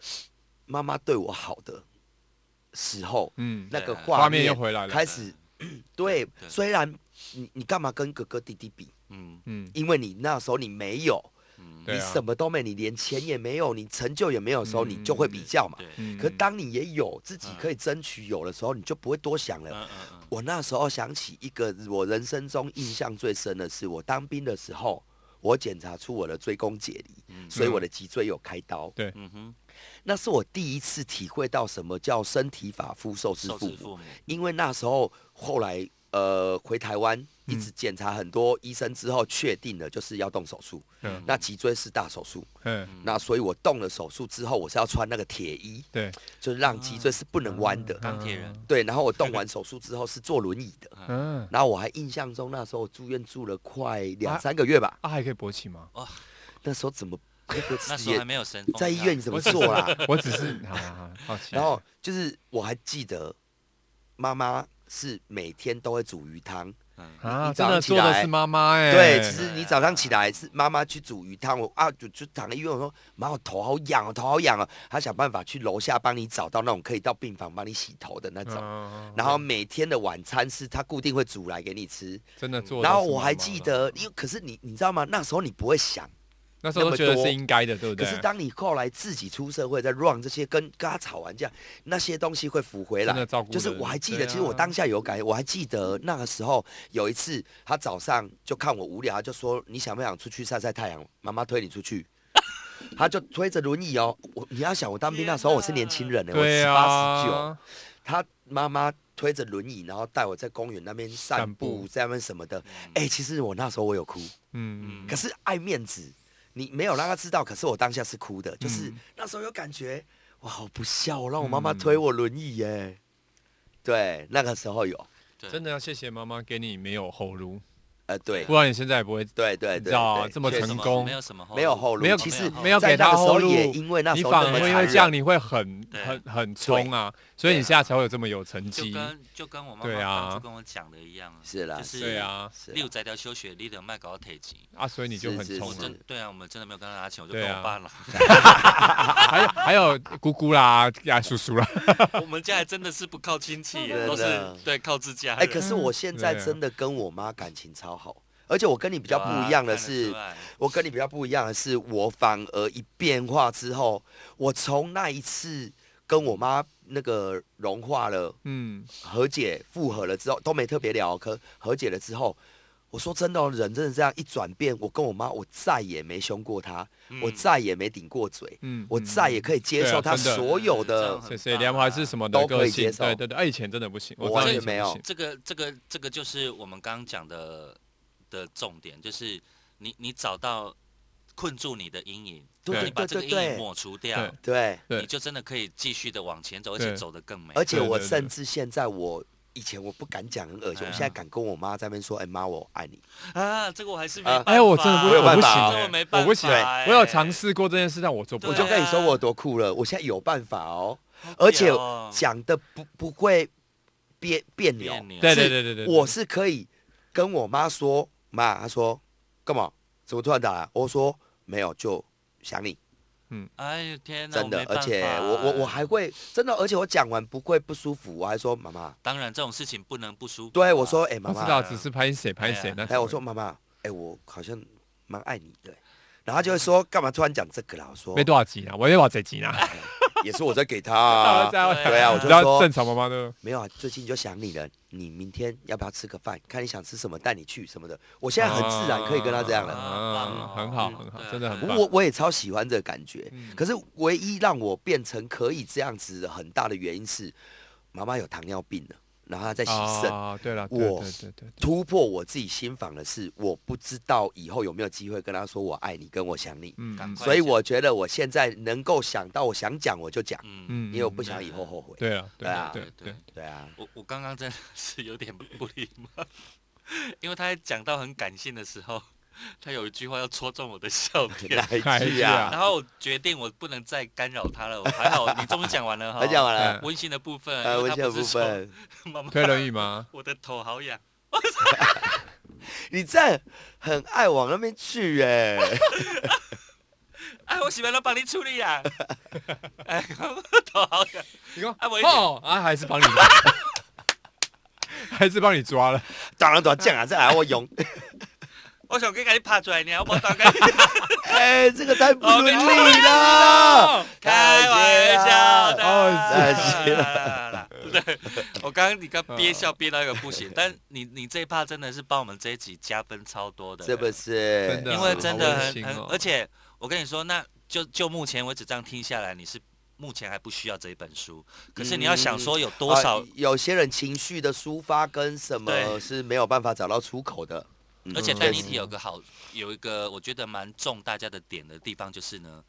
[SPEAKER 3] 妈妈对我好的时候，
[SPEAKER 4] 嗯，
[SPEAKER 3] 那个
[SPEAKER 2] 对啊嗯
[SPEAKER 3] 画
[SPEAKER 4] 画面又回来了，
[SPEAKER 3] 开始，对，
[SPEAKER 2] 对
[SPEAKER 3] 虽然你你干嘛跟哥哥弟弟比？
[SPEAKER 2] 嗯
[SPEAKER 4] 嗯，
[SPEAKER 3] 因为你那时候你没有，
[SPEAKER 2] 嗯，
[SPEAKER 4] 对
[SPEAKER 3] 你
[SPEAKER 4] 啊
[SPEAKER 3] 什么都没，你连钱也没有，你成就也没有的时候，
[SPEAKER 4] 嗯
[SPEAKER 3] 你就会比较嘛。
[SPEAKER 2] 对，嗯
[SPEAKER 4] 嗯
[SPEAKER 3] 可当你也有自己
[SPEAKER 2] 嗯
[SPEAKER 3] 可以争取有的时候，你就不会多想了。
[SPEAKER 2] 嗯嗯
[SPEAKER 3] 我那时候想起一个我人生中印象最深的是，我当兵的时候，我检查出我的椎弓解离，
[SPEAKER 2] 嗯，
[SPEAKER 3] 所以我的脊椎有开刀。
[SPEAKER 4] 对
[SPEAKER 2] 嗯哼，
[SPEAKER 3] 那是我第一次体会到什么叫身体发肤受之
[SPEAKER 2] 受
[SPEAKER 3] 父
[SPEAKER 2] 之
[SPEAKER 3] 母，
[SPEAKER 2] 父母，
[SPEAKER 3] 因为那时候后来呃回台湾
[SPEAKER 2] 嗯
[SPEAKER 3] 一直检查很多医生之后，确定了就是要动手术。
[SPEAKER 4] 嗯
[SPEAKER 3] 那脊椎是大手术，
[SPEAKER 4] 嗯，
[SPEAKER 3] 那所以我动了手术之后，我是要穿那个铁衣，
[SPEAKER 4] 对，
[SPEAKER 3] 就是让脊椎是不能弯的。
[SPEAKER 2] 钢铁人，
[SPEAKER 3] 对，然后我动完手术之后是坐轮椅 的。
[SPEAKER 4] 嗯，
[SPEAKER 3] 然后我还印象中那时候我住院住了快两三个月吧，
[SPEAKER 4] 啊，还可以勃起吗？
[SPEAKER 3] 那时候怎么那个
[SPEAKER 2] 那时候还
[SPEAKER 3] 也
[SPEAKER 2] 没有神，
[SPEAKER 3] 在医院你怎么做 啦？
[SPEAKER 4] 我只是好好好好奇，
[SPEAKER 3] 然后就是我还记得妈妈是每天都会煮鱼汤，
[SPEAKER 2] 嗯，
[SPEAKER 4] 啊，
[SPEAKER 3] 你
[SPEAKER 4] 真
[SPEAKER 3] 早上
[SPEAKER 4] 的
[SPEAKER 3] 起
[SPEAKER 4] 做的
[SPEAKER 3] 来
[SPEAKER 4] 是妈妈哎，
[SPEAKER 3] 对，其实你早上起来是妈妈去煮鱼汤，我啊就就躺在医院，我说妈，我头好痒，我头好痒啊！她想办法去楼下帮你找到那种可以到病房帮你洗头的那种。
[SPEAKER 4] 嗯
[SPEAKER 3] 然后每天的晚餐是她固定会煮来给你吃，
[SPEAKER 4] 真的做的是妈妈的，
[SPEAKER 3] 然后我还记得，因为可是你你知道吗？那时候你不会想，
[SPEAKER 4] 那时候都觉得是应该的，对不
[SPEAKER 3] 可
[SPEAKER 4] 对？
[SPEAKER 3] 是当你后来自己出社会，在 run 这些跟跟他吵完架，那些东西会浮回来
[SPEAKER 4] 真的照顾。
[SPEAKER 3] 就是
[SPEAKER 4] 人
[SPEAKER 3] 我还记
[SPEAKER 4] 对
[SPEAKER 3] 得，
[SPEAKER 4] 啊
[SPEAKER 3] 其实我当下有感，我还记得那个时候有一次，他早上就看我无聊，他就说：“你想不想出去晒晒太阳？”妈妈推你出 去，他就推着轮椅哦。我你要想，我当兵那时候我是年轻人呢、我
[SPEAKER 4] 对
[SPEAKER 3] 十八十九，
[SPEAKER 4] 啊，
[SPEAKER 3] 他妈妈推着轮椅，然后带我在公园那边散
[SPEAKER 4] 散步
[SPEAKER 3] 步，在那边什么的。哎、其实我那时候我有哭。
[SPEAKER 4] 嗯，
[SPEAKER 3] 可是爱面子，你没有让他知道，可是我当下是哭的，就是
[SPEAKER 4] 嗯
[SPEAKER 3] 那时候有感觉，我好不孝，我让我妈妈推我轮椅耶、对，那个时候有，
[SPEAKER 2] 对
[SPEAKER 4] 真的要谢谢妈妈给你没有后路，
[SPEAKER 3] 呃，对，
[SPEAKER 4] 不然你现在也不会
[SPEAKER 3] 对对
[SPEAKER 4] 你
[SPEAKER 3] 对
[SPEAKER 4] 知道啊
[SPEAKER 3] 对
[SPEAKER 4] 这么
[SPEAKER 3] 确实
[SPEAKER 4] 成
[SPEAKER 2] 什么
[SPEAKER 4] 功
[SPEAKER 2] 没有什么
[SPEAKER 3] 没有后路，
[SPEAKER 4] 没有
[SPEAKER 3] 其
[SPEAKER 2] 没
[SPEAKER 3] 实
[SPEAKER 2] 有后路
[SPEAKER 4] 没有
[SPEAKER 3] 在
[SPEAKER 4] 给
[SPEAKER 3] 那
[SPEAKER 4] 他
[SPEAKER 3] 个时
[SPEAKER 4] 后
[SPEAKER 3] 候
[SPEAKER 4] 路，
[SPEAKER 3] 也因为 那
[SPEAKER 4] 你
[SPEAKER 3] 时候
[SPEAKER 4] 反
[SPEAKER 3] 那么
[SPEAKER 4] 而因
[SPEAKER 3] 残
[SPEAKER 4] 为
[SPEAKER 3] 忍
[SPEAKER 4] 这样你会很
[SPEAKER 2] 对
[SPEAKER 4] 很很冲啊，所以你现在才会有这么有成
[SPEAKER 2] 就
[SPEAKER 4] 绩。
[SPEAKER 2] 跟就跟我妈妈
[SPEAKER 4] 对啊
[SPEAKER 2] 当初跟我讲的一样啊，
[SPEAKER 3] 是啦，
[SPEAKER 2] 就是
[SPEAKER 4] 对啊，
[SPEAKER 3] 是啦
[SPEAKER 2] 六在条休学，你得卖搞到体级。
[SPEAKER 4] 啊，所以你就很
[SPEAKER 3] 是是
[SPEAKER 4] 冲
[SPEAKER 2] 我
[SPEAKER 3] 是
[SPEAKER 4] 啊
[SPEAKER 2] 真。对啊，我们真的没有跟他拿钱，我就
[SPEAKER 4] 对
[SPEAKER 2] 跟
[SPEAKER 4] 啊
[SPEAKER 2] 我爸拿。
[SPEAKER 4] 还有还有姑姑啦，呀叔叔啦，
[SPEAKER 2] 我们家还真的是不靠亲戚，
[SPEAKER 3] 真
[SPEAKER 2] 都
[SPEAKER 3] 的
[SPEAKER 2] 是对靠自家人。
[SPEAKER 3] 哎、可是我现在
[SPEAKER 4] 对啊
[SPEAKER 3] 真的跟我妈感情超好，而且我跟你比
[SPEAKER 2] 比
[SPEAKER 3] 较不一样的是，
[SPEAKER 2] 啊
[SPEAKER 3] 我跟你比较不一样的是，我反而一变化之后，我从那一次跟我妈那个融化了、
[SPEAKER 4] 嗯，
[SPEAKER 3] 和解、复合了之后，都没特别聊，可和解了之后，我说真的哦、人真的这样一转变，我跟我妈，我再也没凶过她，我
[SPEAKER 2] 在
[SPEAKER 3] 再也没顶过嘴，
[SPEAKER 4] 嗯
[SPEAKER 3] 我再也可以接
[SPEAKER 4] 对啊
[SPEAKER 3] 受她
[SPEAKER 4] 真的
[SPEAKER 3] 所有
[SPEAKER 2] 这
[SPEAKER 3] 的
[SPEAKER 2] 样，啊
[SPEAKER 4] 谁谁梁还是什么的
[SPEAKER 3] 都可
[SPEAKER 4] 个
[SPEAKER 3] 以
[SPEAKER 4] 性，
[SPEAKER 3] 接受
[SPEAKER 4] 对对对，哎以前真的不行，
[SPEAKER 3] 我
[SPEAKER 4] 知道
[SPEAKER 3] 完
[SPEAKER 4] 以
[SPEAKER 3] 全
[SPEAKER 4] 前
[SPEAKER 3] 没有
[SPEAKER 4] 不行
[SPEAKER 2] 这个这个这个就是我们刚刚讲的的重点，就是你你找到困住你的阴影，
[SPEAKER 3] 对
[SPEAKER 2] 那你把
[SPEAKER 3] 对
[SPEAKER 2] 这个
[SPEAKER 3] 对
[SPEAKER 2] 阴影
[SPEAKER 3] 对
[SPEAKER 2] 抹除掉，
[SPEAKER 3] 对，
[SPEAKER 4] 对
[SPEAKER 2] 你就真的可以继续的往前走，而
[SPEAKER 4] 对
[SPEAKER 2] 且走得更美。
[SPEAKER 3] 而且
[SPEAKER 4] 对
[SPEAKER 3] 我
[SPEAKER 4] 对
[SPEAKER 3] 甚
[SPEAKER 4] 对
[SPEAKER 3] 至现在我。以前我不敢讲，很恶
[SPEAKER 2] 哎
[SPEAKER 3] 心。我
[SPEAKER 2] 呀
[SPEAKER 3] 现在敢跟我妈在那边说：“哎、妈，我爱你。
[SPEAKER 2] 啊，这个我还是没
[SPEAKER 3] 啊
[SPEAKER 2] 办法
[SPEAKER 4] 哎我真的不
[SPEAKER 3] 我有办法啊
[SPEAKER 2] 这
[SPEAKER 4] 我
[SPEAKER 2] 我没
[SPEAKER 4] 我
[SPEAKER 2] 办
[SPEAKER 4] 不行
[SPEAKER 2] 法哎
[SPEAKER 4] 我有尝试过这件事，但我做不
[SPEAKER 3] 我
[SPEAKER 4] 到
[SPEAKER 3] 就
[SPEAKER 2] 对。
[SPEAKER 3] 跟你说
[SPEAKER 2] 啊
[SPEAKER 3] 我有多酷了，我现在有办法哦。
[SPEAKER 2] 好
[SPEAKER 3] 而且
[SPEAKER 2] 屌哦
[SPEAKER 3] 讲的不不会别别扭
[SPEAKER 2] 别，扭
[SPEAKER 4] 对
[SPEAKER 3] 是
[SPEAKER 4] 对对对对，对
[SPEAKER 3] 我是可以跟我妈说，妈，她说干嘛？怎么突然打来？我说没有，就想你，
[SPEAKER 2] 哎呦天哪，
[SPEAKER 3] 真的
[SPEAKER 2] 我。没办
[SPEAKER 3] 而
[SPEAKER 2] 法
[SPEAKER 3] 且我我我还会真的，而且我讲完不会不舒服，我还说妈妈，
[SPEAKER 2] 当然这种事情不能不舒服啊。
[SPEAKER 3] 对我说，哎、
[SPEAKER 4] 不
[SPEAKER 3] 妈
[SPEAKER 4] 知道，
[SPEAKER 3] 妈，
[SPEAKER 4] 只是拍谁拍谁
[SPEAKER 2] 哎
[SPEAKER 4] 那。
[SPEAKER 3] 哎，我说妈妈，哎、我好像蛮爱你的。然后她就会说干嘛突然讲这个啦？我说
[SPEAKER 4] 没多少集啊，我也多少集呢？
[SPEAKER 3] 也是我在给 她、
[SPEAKER 4] 啊
[SPEAKER 3] 啊，
[SPEAKER 2] 对啊我
[SPEAKER 3] 就
[SPEAKER 4] 知道
[SPEAKER 3] 说
[SPEAKER 4] 正常妈妈都
[SPEAKER 3] 没有啊，最近就想你了。你明天要不要吃个饭？看你想吃什么，带你去什么的。我现在很自然可以跟他这样了，
[SPEAKER 4] 嗯，很好很好，真的很棒。哦
[SPEAKER 3] 我我也超喜欢这个感觉。
[SPEAKER 4] 嗯
[SPEAKER 3] 可是唯一让我变成可以这样子很大的原因是，妈妈有糖尿病了，然后她在洗肾。
[SPEAKER 4] 啊，对了，对
[SPEAKER 3] 我
[SPEAKER 4] 对对对，
[SPEAKER 3] 突破我自己心房的是，我不知道以后有没有机会跟她说我爱你，跟我想你。
[SPEAKER 4] 嗯
[SPEAKER 2] 赶快
[SPEAKER 3] 所以我觉得我现在能够想到我想讲我就讲，
[SPEAKER 2] 嗯，
[SPEAKER 4] 嗯
[SPEAKER 3] 因为我不想以后后悔。
[SPEAKER 4] 对了，
[SPEAKER 3] 对啊
[SPEAKER 4] 对对
[SPEAKER 2] 对，
[SPEAKER 3] 对啊，
[SPEAKER 2] 我我刚刚真的 是有点不礼貌，因为他在讲到很感性的时候，他有一句话要戳中我的 笑点，
[SPEAKER 3] 哪
[SPEAKER 4] 哪一
[SPEAKER 3] 一
[SPEAKER 4] 句
[SPEAKER 3] 句
[SPEAKER 4] 啊
[SPEAKER 3] 啊？
[SPEAKER 2] 然后我决定我不能再干扰他了。我还好，你终于讲完了哈。
[SPEAKER 3] 我讲完了，
[SPEAKER 2] 温馨的部分，因
[SPEAKER 3] 呃，
[SPEAKER 2] 为
[SPEAKER 3] 文
[SPEAKER 2] 他
[SPEAKER 3] 献
[SPEAKER 2] 不
[SPEAKER 3] 部
[SPEAKER 2] 是说
[SPEAKER 3] 分。
[SPEAKER 2] 妈妈
[SPEAKER 4] 推轮椅吗？
[SPEAKER 2] 我的头好痒。
[SPEAKER 3] 你这很爱往那边去哎、
[SPEAKER 2] 哎，我喜欢都帮你处理 啊。哎，我头好痒。
[SPEAKER 4] 你看，
[SPEAKER 2] 啊我一点
[SPEAKER 4] 哦，啊，还是帮你， 还是帮你抓了。
[SPEAKER 3] 当然短酱啊，这还我用，
[SPEAKER 2] 我想跟你拍出来呢，我不打开。
[SPEAKER 3] 哎、这个太不伦
[SPEAKER 2] 哦
[SPEAKER 3] 理了。
[SPEAKER 2] 开玩笑的，
[SPEAKER 4] 哦
[SPEAKER 3] 再见
[SPEAKER 2] 啦。对，我刚刚你刚憋笑憋到一个不行，但你你这一趴真的是帮我们这一集加分超多的，
[SPEAKER 3] 是不是？
[SPEAKER 4] 真的
[SPEAKER 2] 因为
[SPEAKER 4] 好
[SPEAKER 2] 真的
[SPEAKER 4] 温
[SPEAKER 2] 很
[SPEAKER 4] 馨
[SPEAKER 2] 很
[SPEAKER 4] 哦，
[SPEAKER 2] 而且我跟你说，那就就目前为止这样听下来，你是目前还不需要这一本书，可是你要想说有多少
[SPEAKER 3] 啊，有些人情绪的抒发跟什么
[SPEAKER 2] 对
[SPEAKER 3] 是没有办法找到出口的。嗯
[SPEAKER 2] 而且
[SPEAKER 4] 嗯
[SPEAKER 2] 戴
[SPEAKER 3] 对
[SPEAKER 2] 立体有个好，有一个我觉得蛮重大家的点的地方就是呢，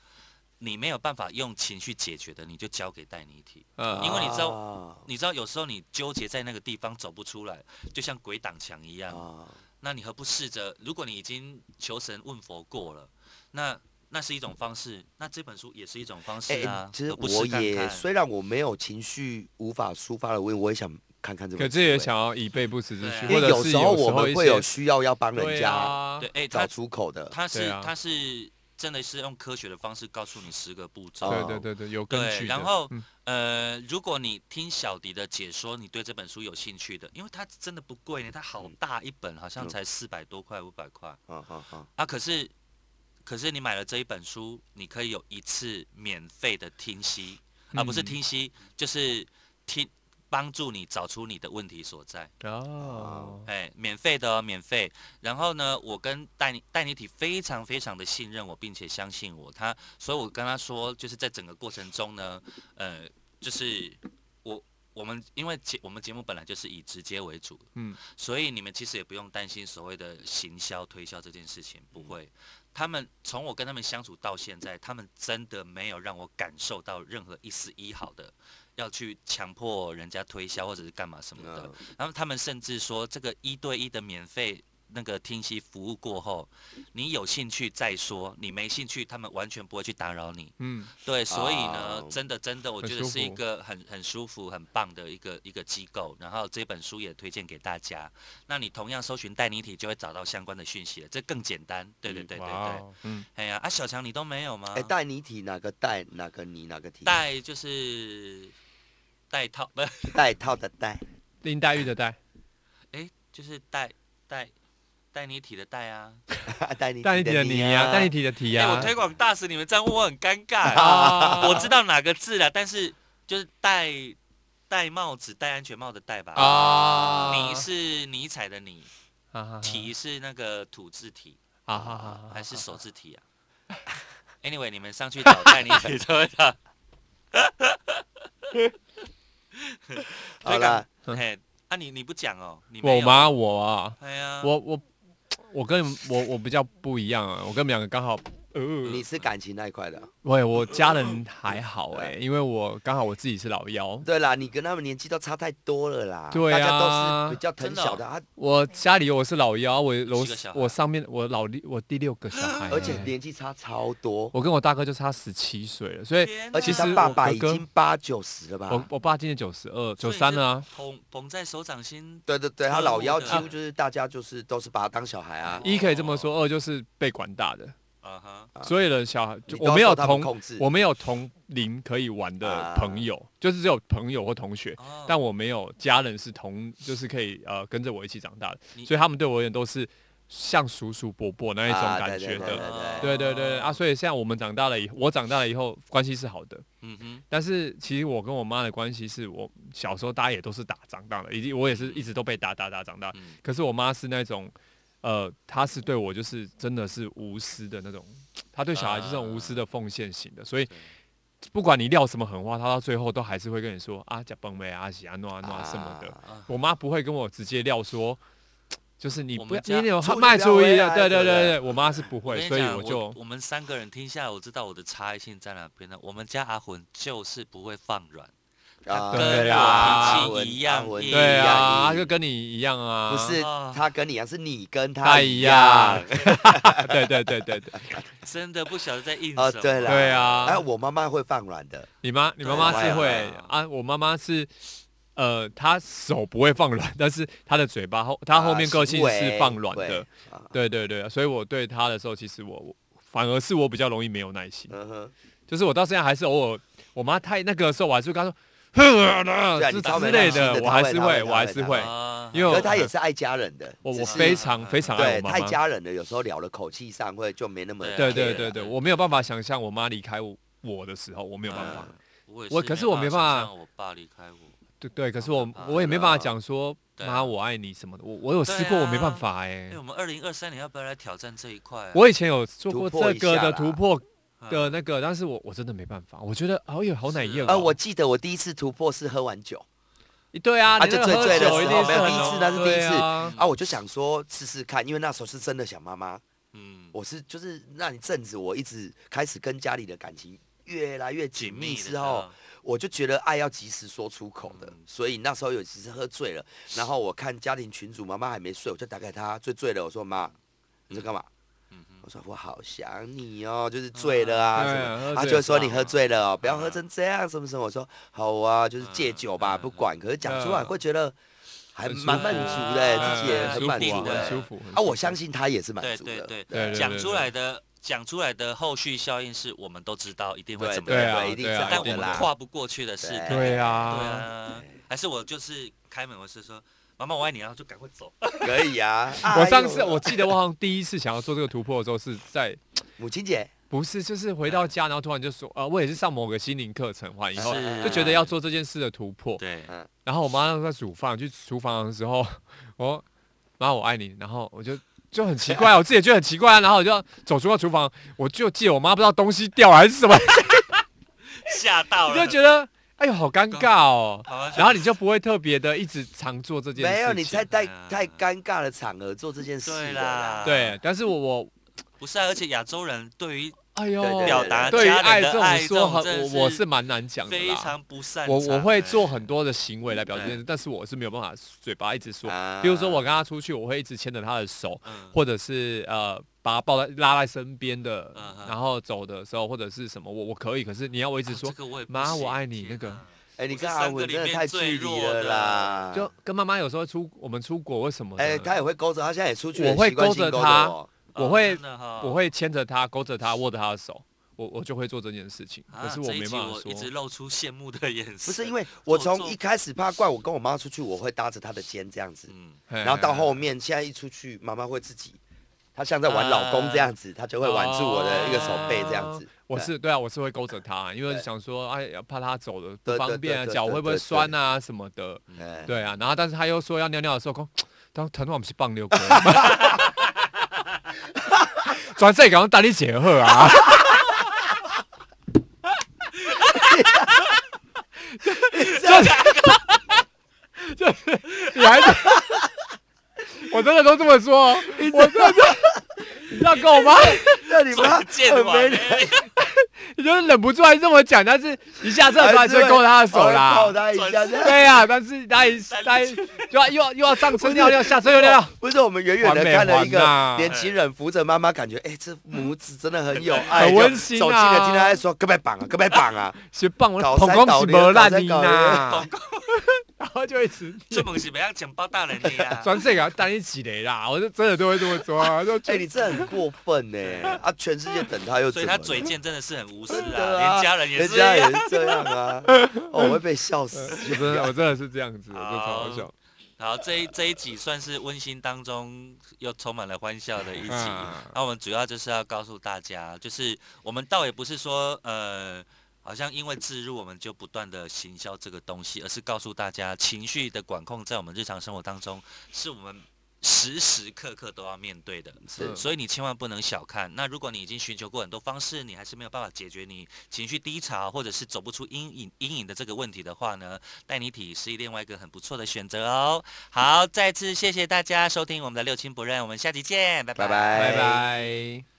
[SPEAKER 2] 你没有办法用情绪解决的，你就交给戴立体。因
[SPEAKER 4] 嗯，
[SPEAKER 2] 为你知道
[SPEAKER 3] 啊
[SPEAKER 2] 你知道有时候你纠结在那个地方走不出来，就像鬼挡墙一样。
[SPEAKER 3] 啊
[SPEAKER 2] 那你何不试着，如果你已经求神问佛过了，那那是一种方式，那这本书也是一种方式
[SPEAKER 3] 哎、
[SPEAKER 2] 啊。
[SPEAKER 3] 其实
[SPEAKER 2] 何不试
[SPEAKER 3] 我
[SPEAKER 2] 看
[SPEAKER 3] 也
[SPEAKER 2] 看
[SPEAKER 3] 虽然我没有情绪无法抒发的问题，我也想看看这个。
[SPEAKER 4] 可是也，想要以备不时之
[SPEAKER 2] 对啊
[SPEAKER 4] 需，
[SPEAKER 3] 因
[SPEAKER 4] 或
[SPEAKER 3] 为
[SPEAKER 4] 者
[SPEAKER 3] 有
[SPEAKER 4] 是
[SPEAKER 3] 时候我
[SPEAKER 4] 一
[SPEAKER 3] 们会
[SPEAKER 4] 些
[SPEAKER 3] 有需要要帮人
[SPEAKER 4] 对
[SPEAKER 3] 家
[SPEAKER 4] 啊
[SPEAKER 2] 对，，哎、
[SPEAKER 3] 找
[SPEAKER 2] 他
[SPEAKER 3] 出口的。
[SPEAKER 2] 他是
[SPEAKER 4] 对、啊
[SPEAKER 2] 他是真的是用科学的方式告诉你十个步骤。
[SPEAKER 3] 哦
[SPEAKER 4] 对对对对，有根
[SPEAKER 2] 对
[SPEAKER 4] 据的。
[SPEAKER 2] 然后
[SPEAKER 4] 嗯
[SPEAKER 2] 呃，如果你听小迪的解说，你对这本书有兴趣的，因为它真的不贵呢，它好大一本，好像
[SPEAKER 3] 嗯
[SPEAKER 2] 才四百多块、五百块
[SPEAKER 3] 啊啊啊！
[SPEAKER 2] 啊。可是，可是你买了这一本书，你可以有一次免费的听析，而、不是
[SPEAKER 4] 嗯
[SPEAKER 2] 听析，就是听帮助你找出你的问题所在。
[SPEAKER 4] 哦，
[SPEAKER 2] 哎，免费的哦，免费。然后呢，我跟戴尼戴尼体非常非常的信任我，并且相信我。他，所以我跟他说，就是在整个过程中呢，呃，就是我我们因为节我们节目本来就是以直接为主，
[SPEAKER 4] 嗯，
[SPEAKER 2] 所以你们其实也不用担心所谓的行销推销这件事情，
[SPEAKER 4] 嗯
[SPEAKER 2] 不会。他们从我跟他们相处到现在，他们真的没有让我感受到任何一丝一毫的要去强迫人家推销或者是干嘛什么的。
[SPEAKER 4] 啊
[SPEAKER 3] 嗯
[SPEAKER 2] 然后他们甚至说，这个一对一的免费那个听析服务过后，你有兴趣再说，你没兴趣，他们完全不会去打扰你。
[SPEAKER 4] 嗯，
[SPEAKER 2] 对，所以呢，
[SPEAKER 3] 哦
[SPEAKER 2] 真的真的，我
[SPEAKER 4] 啊很
[SPEAKER 2] 觉得
[SPEAKER 4] 舒
[SPEAKER 2] 是一
[SPEAKER 4] 服
[SPEAKER 2] 个很很舒服、很棒的一个一个机构。然后这本书也推荐给大家。那你同样搜寻代尼体，就会找到相关的讯息了，这更简单。对对
[SPEAKER 3] 嗯
[SPEAKER 2] 对对
[SPEAKER 4] 哇
[SPEAKER 2] 对。
[SPEAKER 4] 哦，嗯，
[SPEAKER 2] 哎呀，啊，小强你都没有吗？
[SPEAKER 3] 哎、带你体哪个带哪个你哪个体？
[SPEAKER 2] 戴就是戴套，不是，
[SPEAKER 3] 带套的带。
[SPEAKER 4] 林黛玉的黛，
[SPEAKER 2] 哎，就是戴戴戴你体的戴啊。
[SPEAKER 3] 带你啊
[SPEAKER 4] 黛玉的你啊呀，黛玉的题
[SPEAKER 2] 哎、
[SPEAKER 4] 呀，
[SPEAKER 2] 我推广大使，你们这样问我很尴尬。
[SPEAKER 4] 啊，
[SPEAKER 2] 我 知道哪个字了，但是就是戴戴帽子、戴安全帽的戴吧。
[SPEAKER 4] 啊，
[SPEAKER 2] 泥是尼采的泥，
[SPEAKER 4] 啊
[SPEAKER 2] 体是那个土字体
[SPEAKER 4] 啊哈哈，
[SPEAKER 2] 还是手字体啊？Anyway，你们上去找 戴尼体就会找。
[SPEAKER 3] 好了，
[SPEAKER 2] 嘿，啊你你不讲哦，你没
[SPEAKER 4] 嗯我
[SPEAKER 2] 有？
[SPEAKER 4] 吗？我啊，
[SPEAKER 2] 哎呀，
[SPEAKER 4] 我我我跟我我比较不一样啊，我跟你们两个刚好，呃，
[SPEAKER 3] 你是感情那一块的。
[SPEAKER 4] 喂，我家人还好哎、因为我刚好我自己是老幺，
[SPEAKER 3] 对啦，你跟他们年纪都差太多了啦，
[SPEAKER 4] 对啊
[SPEAKER 3] 大家都是比较
[SPEAKER 2] 真
[SPEAKER 3] 疼
[SPEAKER 2] 的哦
[SPEAKER 3] 小的，啊，
[SPEAKER 4] 我家里我是老幺，我楼
[SPEAKER 2] 几个小孩
[SPEAKER 4] 我上面我老六我第六个小孩、欸
[SPEAKER 3] 而且年纪差超多，
[SPEAKER 4] 我跟我大哥就差十七岁了，所以
[SPEAKER 2] 天哪
[SPEAKER 3] 而且
[SPEAKER 4] 其实
[SPEAKER 3] 他
[SPEAKER 4] 我
[SPEAKER 3] 爸爸
[SPEAKER 4] 哥
[SPEAKER 3] 已
[SPEAKER 4] 哥
[SPEAKER 3] 经八九十了
[SPEAKER 4] 我
[SPEAKER 3] 吧？
[SPEAKER 4] 我爸今年九十二
[SPEAKER 2] 所
[SPEAKER 4] 九
[SPEAKER 2] 以
[SPEAKER 4] 三
[SPEAKER 2] 这
[SPEAKER 4] 了
[SPEAKER 3] 哦
[SPEAKER 4] 啊，
[SPEAKER 2] 捧捧在手掌心。
[SPEAKER 3] 对对对，他老幺
[SPEAKER 2] 嗯
[SPEAKER 3] 几乎就是大家就是都是把他当小孩啊，
[SPEAKER 4] 一可以这么说，二就是被管大的，
[SPEAKER 2] 啊哈，
[SPEAKER 3] 啊
[SPEAKER 4] 所以呢小孩就
[SPEAKER 3] 你都
[SPEAKER 4] 我
[SPEAKER 3] 要
[SPEAKER 4] 没有
[SPEAKER 3] 受他们
[SPEAKER 4] 同
[SPEAKER 3] 控制啊
[SPEAKER 4] 我没有同龄可以玩的朋友，就是只有朋友或同学，
[SPEAKER 2] 哦
[SPEAKER 4] 但我没有家人是同，就是可以呃跟着我一起长大的，
[SPEAKER 2] 你
[SPEAKER 4] 所以他们对我而言都是像叔叔伯伯那一种
[SPEAKER 3] 啊
[SPEAKER 4] 感觉
[SPEAKER 3] 对对
[SPEAKER 4] 的。
[SPEAKER 3] 对
[SPEAKER 4] 对对对啊，所以现在我们长大了以后，我长大了以后关系是好的，
[SPEAKER 2] 嗯哼，
[SPEAKER 4] 但是其实我跟我妈的关系是我小时候大家也都是打长大的，以及我也是一直都被打打打长大。
[SPEAKER 2] 嗯
[SPEAKER 4] 可是我妈是那种，呃，她是对我就是真的是无私的那种，她对小孩就是那种无私的奉献型的，所以
[SPEAKER 2] 啊对
[SPEAKER 4] 不管你撂什么狠话，她到最后都还是会跟你说啊，假崩呗，阿喜啊，诺啊诺啊什么的。
[SPEAKER 2] 啊，
[SPEAKER 4] 我妈不会跟我直接撂说，就是你
[SPEAKER 2] 我
[SPEAKER 4] 不
[SPEAKER 2] 们
[SPEAKER 4] 要
[SPEAKER 2] 家
[SPEAKER 4] 你有
[SPEAKER 3] 注意
[SPEAKER 4] 卖
[SPEAKER 3] 标
[SPEAKER 4] 注意
[SPEAKER 3] 位
[SPEAKER 4] 啊，
[SPEAKER 3] 啊
[SPEAKER 4] 对对对
[SPEAKER 3] 对
[SPEAKER 4] 对，我妈是不
[SPEAKER 2] 我
[SPEAKER 4] 会，
[SPEAKER 2] 跟你
[SPEAKER 4] 所以
[SPEAKER 2] 讲
[SPEAKER 4] 我
[SPEAKER 2] 我
[SPEAKER 4] 就
[SPEAKER 2] 我们三个人听下来，我知道我的差异性在哪边了。我们家阿混就是不会放软，
[SPEAKER 3] 啊
[SPEAKER 2] 跟
[SPEAKER 4] 对啊
[SPEAKER 2] 我脾气一样硬
[SPEAKER 4] 对啊，
[SPEAKER 3] 啊
[SPEAKER 4] 她就跟你一样啊，
[SPEAKER 3] 不是
[SPEAKER 2] 啊
[SPEAKER 3] 他跟你一样，是你跟
[SPEAKER 4] 她
[SPEAKER 3] 他
[SPEAKER 4] 一
[SPEAKER 3] 一
[SPEAKER 4] 样
[SPEAKER 3] 样。，
[SPEAKER 4] 啊对对对对对，
[SPEAKER 2] 真的不晓得在硬什么。
[SPEAKER 3] 哦，对啦，
[SPEAKER 4] 对啊
[SPEAKER 3] 哎，我妈妈会放软的，
[SPEAKER 4] 你妈，你妈妈是会
[SPEAKER 3] 对啊
[SPEAKER 4] 啊，我妈妈是呃，他手不会放软，但是他的嘴巴后，他后面
[SPEAKER 3] 啊
[SPEAKER 4] 个性
[SPEAKER 3] 行
[SPEAKER 4] 是
[SPEAKER 3] 为
[SPEAKER 4] 放软的。
[SPEAKER 3] 对啊
[SPEAKER 4] 对对对，所以我对他的时候，其实我我反而是我比较容易没有耐心，
[SPEAKER 3] 嗯哼，
[SPEAKER 4] 就是我到现在还是偶尔，我妈太那个的时候，我还是会跟她说，呵，
[SPEAKER 3] 对啊
[SPEAKER 4] 这
[SPEAKER 3] 你超
[SPEAKER 4] 之
[SPEAKER 3] 没
[SPEAKER 4] 类
[SPEAKER 3] 耐心的
[SPEAKER 4] 我
[SPEAKER 3] 她
[SPEAKER 4] 还
[SPEAKER 3] 会
[SPEAKER 4] 是
[SPEAKER 3] 她
[SPEAKER 4] 会，
[SPEAKER 3] 会
[SPEAKER 4] 我
[SPEAKER 3] 她
[SPEAKER 4] 还
[SPEAKER 3] 会
[SPEAKER 4] 是
[SPEAKER 3] 她
[SPEAKER 4] 会，
[SPEAKER 2] 啊，
[SPEAKER 4] 因为
[SPEAKER 3] 可
[SPEAKER 4] 我
[SPEAKER 3] 是他也是爱家人的，
[SPEAKER 4] 我
[SPEAKER 3] 只
[SPEAKER 4] 我
[SPEAKER 3] 是
[SPEAKER 4] 非常非常爱
[SPEAKER 3] 对
[SPEAKER 4] 我妈
[SPEAKER 3] 太
[SPEAKER 4] 妈。
[SPEAKER 3] 家人了，有时候聊了口气上会就没那么
[SPEAKER 4] 对
[SPEAKER 3] care
[SPEAKER 4] 对
[SPEAKER 3] 了
[SPEAKER 4] 对对，我没有办法想象我妈离开我我的时候，我没有办法。
[SPEAKER 2] 呃我也
[SPEAKER 4] 我可是我没办法
[SPEAKER 2] 想象我爸离开我，
[SPEAKER 4] 对对，可是
[SPEAKER 2] 好
[SPEAKER 4] 我
[SPEAKER 2] 可怕
[SPEAKER 4] 我也没办法讲说
[SPEAKER 2] 对啊
[SPEAKER 4] 妈我爱你什么的，我我有试
[SPEAKER 2] 对
[SPEAKER 4] 过，我
[SPEAKER 2] 啊
[SPEAKER 4] 没办法哎、
[SPEAKER 2] 哎、我们二零二三年要不要来挑战这一块、啊？
[SPEAKER 4] 我以前有做
[SPEAKER 3] 突
[SPEAKER 4] 过
[SPEAKER 3] 破
[SPEAKER 4] 这
[SPEAKER 3] 一
[SPEAKER 4] 个
[SPEAKER 3] 下
[SPEAKER 4] 的
[SPEAKER 3] 啦
[SPEAKER 4] 突破
[SPEAKER 2] 嗯
[SPEAKER 4] 的那个，但是我我真的没办法，我觉得好有好哦奶
[SPEAKER 2] 是
[SPEAKER 4] 油、
[SPEAKER 2] 啊
[SPEAKER 3] 呃，我记得我第一次突破是喝完酒
[SPEAKER 4] 对啊，
[SPEAKER 3] 啊
[SPEAKER 4] 你
[SPEAKER 3] 就
[SPEAKER 4] 那个
[SPEAKER 3] 醉
[SPEAKER 4] 喝
[SPEAKER 3] 醉的
[SPEAKER 4] 酒
[SPEAKER 3] 时
[SPEAKER 4] 一
[SPEAKER 3] 候
[SPEAKER 4] 定
[SPEAKER 3] 没有
[SPEAKER 4] 很
[SPEAKER 3] 第一次
[SPEAKER 4] 浓
[SPEAKER 3] 那是第一
[SPEAKER 4] 对
[SPEAKER 3] 次
[SPEAKER 2] 嗯
[SPEAKER 4] 啊
[SPEAKER 3] 啊，我就想说试试看，因为那时候是真的想妈妈，
[SPEAKER 2] 嗯，
[SPEAKER 3] 我是就是那一阵子我一直开始跟家里的感情越来越紧
[SPEAKER 2] 紧密
[SPEAKER 3] 密
[SPEAKER 2] 的
[SPEAKER 3] 之后，，我就觉得爱要及时说出口的
[SPEAKER 2] 嗯，
[SPEAKER 3] 所以那时候有几次喝醉了，然后我看家庭群主妈妈还没睡，我就打给她，醉醉了，我说妈，你在干嘛？
[SPEAKER 2] 嗯哼
[SPEAKER 3] 我说我好想你哦，就是醉了啊什
[SPEAKER 4] 嗯对喝
[SPEAKER 3] 么，
[SPEAKER 4] 醉
[SPEAKER 3] 他就会说
[SPEAKER 2] 了
[SPEAKER 3] 你喝醉了哦，不要喝
[SPEAKER 2] 嗯
[SPEAKER 3] 成这样什么什么。我说好啊，就是戒酒吧，
[SPEAKER 2] 嗯
[SPEAKER 3] 不管。可是讲出来
[SPEAKER 4] 嗯
[SPEAKER 3] 会觉得还
[SPEAKER 4] 很舒
[SPEAKER 3] 蛮
[SPEAKER 4] 服
[SPEAKER 3] 满足的，
[SPEAKER 2] 啊
[SPEAKER 3] 哎自己也
[SPEAKER 4] 很
[SPEAKER 3] 很
[SPEAKER 4] 舒
[SPEAKER 3] 满
[SPEAKER 4] 服
[SPEAKER 3] 足
[SPEAKER 4] 啊，
[SPEAKER 2] 的
[SPEAKER 4] 很舒
[SPEAKER 3] 的。
[SPEAKER 4] 服很
[SPEAKER 3] 啊，我
[SPEAKER 4] 舒
[SPEAKER 3] 相
[SPEAKER 4] 服
[SPEAKER 3] 信他也是满
[SPEAKER 2] 对
[SPEAKER 3] 足
[SPEAKER 2] 对
[SPEAKER 3] 的。
[SPEAKER 2] 对
[SPEAKER 4] 对对
[SPEAKER 2] 讲
[SPEAKER 4] 对
[SPEAKER 2] 出来的讲出来的后续效应是我们都知道一定会
[SPEAKER 3] 对
[SPEAKER 2] 怎么
[SPEAKER 4] 对
[SPEAKER 2] 样，
[SPEAKER 4] 啊
[SPEAKER 3] 对，一定是
[SPEAKER 4] 对啊
[SPEAKER 2] 但我
[SPEAKER 3] 好
[SPEAKER 4] 一定
[SPEAKER 3] 的
[SPEAKER 2] 们
[SPEAKER 3] 啦。
[SPEAKER 2] 跨不过去的是
[SPEAKER 3] 对
[SPEAKER 2] 他。
[SPEAKER 4] 对
[SPEAKER 2] 对
[SPEAKER 4] 啊，
[SPEAKER 2] 啊，还是我就是开门，我是说妈妈我爱你，然后就赶快走。
[SPEAKER 3] 可以啊。
[SPEAKER 4] 我
[SPEAKER 3] 哎
[SPEAKER 4] 上
[SPEAKER 3] 呦
[SPEAKER 4] 次我记得我好像第一次想要做这个突破的时候是在
[SPEAKER 3] 母亲节，
[SPEAKER 4] 不是就是回
[SPEAKER 2] 嗯
[SPEAKER 4] 到家，然后突然就说呃我也是上某个心灵课程完以后
[SPEAKER 2] 是
[SPEAKER 4] 就觉得要做这件事的突破，
[SPEAKER 2] 对
[SPEAKER 3] 嗯
[SPEAKER 4] 然后我妈在煮饭，去厨房的时候，我妈我爱你，然后我就就很奇怪，我自己也觉得很奇怪啊，然后我就走出了厨房，我就记得我妈不知道东西掉了还是什么，
[SPEAKER 2] 吓到
[SPEAKER 4] 你
[SPEAKER 2] 了，
[SPEAKER 4] 就觉得哎呦好尴尬哦，
[SPEAKER 2] 好啊
[SPEAKER 4] 然后你就不会特别的一直常做这件事情，
[SPEAKER 3] 没有你太太
[SPEAKER 2] 啊
[SPEAKER 3] 太尴尬的场合做这件事
[SPEAKER 2] 对
[SPEAKER 3] 了啦
[SPEAKER 2] 啦。
[SPEAKER 4] 对，但是我我
[SPEAKER 2] 不是啊，而且亚洲人对于
[SPEAKER 4] 哎呦
[SPEAKER 3] 对对对
[SPEAKER 2] 表达
[SPEAKER 4] 对于
[SPEAKER 2] 家
[SPEAKER 4] 爱
[SPEAKER 2] 人的
[SPEAKER 4] 这
[SPEAKER 2] 爱
[SPEAKER 4] 种说
[SPEAKER 2] 这种真
[SPEAKER 4] 很
[SPEAKER 2] 的
[SPEAKER 4] 我我
[SPEAKER 2] 是
[SPEAKER 4] 是蛮难讲的
[SPEAKER 2] 非
[SPEAKER 4] 啦，
[SPEAKER 2] 常不擅长
[SPEAKER 4] 我
[SPEAKER 2] 欸。
[SPEAKER 4] 我会做很多的行为来表现这件
[SPEAKER 2] 对
[SPEAKER 4] 事，但是我是没有办法嘴巴一直说，
[SPEAKER 3] 啊
[SPEAKER 4] 比如说我跟她出去，我会一直牵着她的手。
[SPEAKER 2] 嗯，
[SPEAKER 4] 或者是呃把他抱在拉在身边的
[SPEAKER 2] 嗯哼
[SPEAKER 4] 然后走的时候或者是什么，我我可以，可是你要我一
[SPEAKER 2] 一
[SPEAKER 4] 直说、
[SPEAKER 2] 啊这个我也不
[SPEAKER 4] 妈
[SPEAKER 2] 行
[SPEAKER 4] 我爱你那个，
[SPEAKER 2] 天哪
[SPEAKER 3] 哎，你
[SPEAKER 2] 我是
[SPEAKER 3] 跟阿
[SPEAKER 2] 三个
[SPEAKER 3] 文
[SPEAKER 2] 里
[SPEAKER 3] 真的
[SPEAKER 2] 面
[SPEAKER 3] 太
[SPEAKER 2] 最
[SPEAKER 3] 距离
[SPEAKER 2] 弱
[SPEAKER 3] 了
[SPEAKER 2] 的啊
[SPEAKER 3] 啦。
[SPEAKER 4] 就跟妈妈有时候出我们出国为什么的？
[SPEAKER 3] 哎，他也会勾着，他现在也出去
[SPEAKER 4] 我
[SPEAKER 3] 了，
[SPEAKER 4] 会
[SPEAKER 3] 习惯
[SPEAKER 4] 勾
[SPEAKER 3] 性
[SPEAKER 4] 着
[SPEAKER 3] 勾
[SPEAKER 4] 他
[SPEAKER 3] 我
[SPEAKER 4] 我
[SPEAKER 2] 哦
[SPEAKER 4] 会
[SPEAKER 2] 真的哈
[SPEAKER 4] 我会牵着他，勾着他，握着他的手，我我就会做这件事情，
[SPEAKER 2] 啊
[SPEAKER 4] 可是我
[SPEAKER 2] 这一
[SPEAKER 4] 没
[SPEAKER 2] 集
[SPEAKER 4] 办法
[SPEAKER 2] 我一直
[SPEAKER 4] 说。
[SPEAKER 2] 露出羡慕的眼神。
[SPEAKER 3] 不是因为我
[SPEAKER 2] 做
[SPEAKER 3] 从
[SPEAKER 2] 做
[SPEAKER 3] 一开始怕怪，我跟我妈出去，我会搭着她的肩这样子，
[SPEAKER 2] 嗯，
[SPEAKER 4] 嘿
[SPEAKER 3] 然后到后，面现在一出去，妈妈会自己，她像在玩老公这样子，她就会挽住我的一个手背这样子
[SPEAKER 4] 嘿。我是对啊，我是会勾着他，因为
[SPEAKER 3] 对
[SPEAKER 4] 想说哎呀怕他走的不
[SPEAKER 3] 对对
[SPEAKER 4] 方便啊，
[SPEAKER 3] 对对
[SPEAKER 4] 脚
[SPEAKER 3] 对
[SPEAKER 4] 会不会
[SPEAKER 3] 对对
[SPEAKER 4] 酸啊什么的，
[SPEAKER 2] 哦
[SPEAKER 3] 哎
[SPEAKER 4] 对啊，然后但是他又说要尿尿的时候，讲，当疼我不是放尿 过，转身讲带你解喝 啊。就是就是，你还是， 我真的都这么说哦，我真的，你知道跟我妈，
[SPEAKER 3] 那你妈
[SPEAKER 2] 转见
[SPEAKER 3] 很没
[SPEAKER 2] 完
[SPEAKER 3] 礼
[SPEAKER 2] 欸，
[SPEAKER 4] 你就是忍不住还是这么讲，但是一下车的时候还是会勾着她的手啦，
[SPEAKER 3] 抱她一下。这样
[SPEAKER 4] 对呀、但是他一 他一就要又要又要上车尿尿，下车又尿尿。
[SPEAKER 3] 哦不是我们远远的看了一个
[SPEAKER 4] 还没还呐
[SPEAKER 3] 年轻人扶着妈妈，感觉哎，这母子真的很有爱，
[SPEAKER 4] 很
[SPEAKER 3] 就
[SPEAKER 4] 温馨啊
[SPEAKER 3] 走近了，听她在说：“可别绑啊，可别绑 啊
[SPEAKER 4] 是棒我
[SPEAKER 3] 搞
[SPEAKER 4] 捧
[SPEAKER 3] 三
[SPEAKER 4] 公
[SPEAKER 3] 搞
[SPEAKER 4] 是
[SPEAKER 3] 六
[SPEAKER 4] 没烂
[SPEAKER 3] 搞三
[SPEAKER 4] 你
[SPEAKER 3] 搞
[SPEAKER 4] 呐， 然后就一直。
[SPEAKER 2] 这猛是不要讲八大人的呀
[SPEAKER 4] 转这个单一起雷啦，我就真的都会这么说、啊，就！”
[SPEAKER 3] 哎，
[SPEAKER 4] 觉
[SPEAKER 3] 你
[SPEAKER 4] 得
[SPEAKER 3] 这很过分呢！啊，全世界等她又怎
[SPEAKER 2] 所
[SPEAKER 3] 么
[SPEAKER 2] 以
[SPEAKER 3] 了？
[SPEAKER 2] 他嘴贱真的是很无私啊
[SPEAKER 3] 真的啊
[SPEAKER 2] 连家人也
[SPEAKER 3] 连
[SPEAKER 2] 是。
[SPEAKER 3] 家人也是这 样啊，哦我会被笑 死。
[SPEAKER 4] 我真的我真的是这样子，我真的超好笑
[SPEAKER 2] 好。好，这一这一集算是温馨当中又充满了欢笑的一集。
[SPEAKER 4] 嗯
[SPEAKER 2] 那、我们主要就是要告诉大家，就是我们倒也不是说呃，好像因为置入我们就不断的行销这个东西，而是告诉大家情绪的管控在我们日常生活当中是我们。时时刻刻都要面对的，
[SPEAKER 3] 是
[SPEAKER 2] 所以你千万不能小看。那如果你已经寻求过很多方式，你还是没有办法解决你情绪低潮或者是走不出阴影阴影的这个问题的话呢，带你体是另外一个很不错的选择哦。好，再次谢谢大家收听我们的六亲不认，我们下期见，拜
[SPEAKER 3] 拜
[SPEAKER 2] 拜
[SPEAKER 3] 拜
[SPEAKER 4] 拜拜。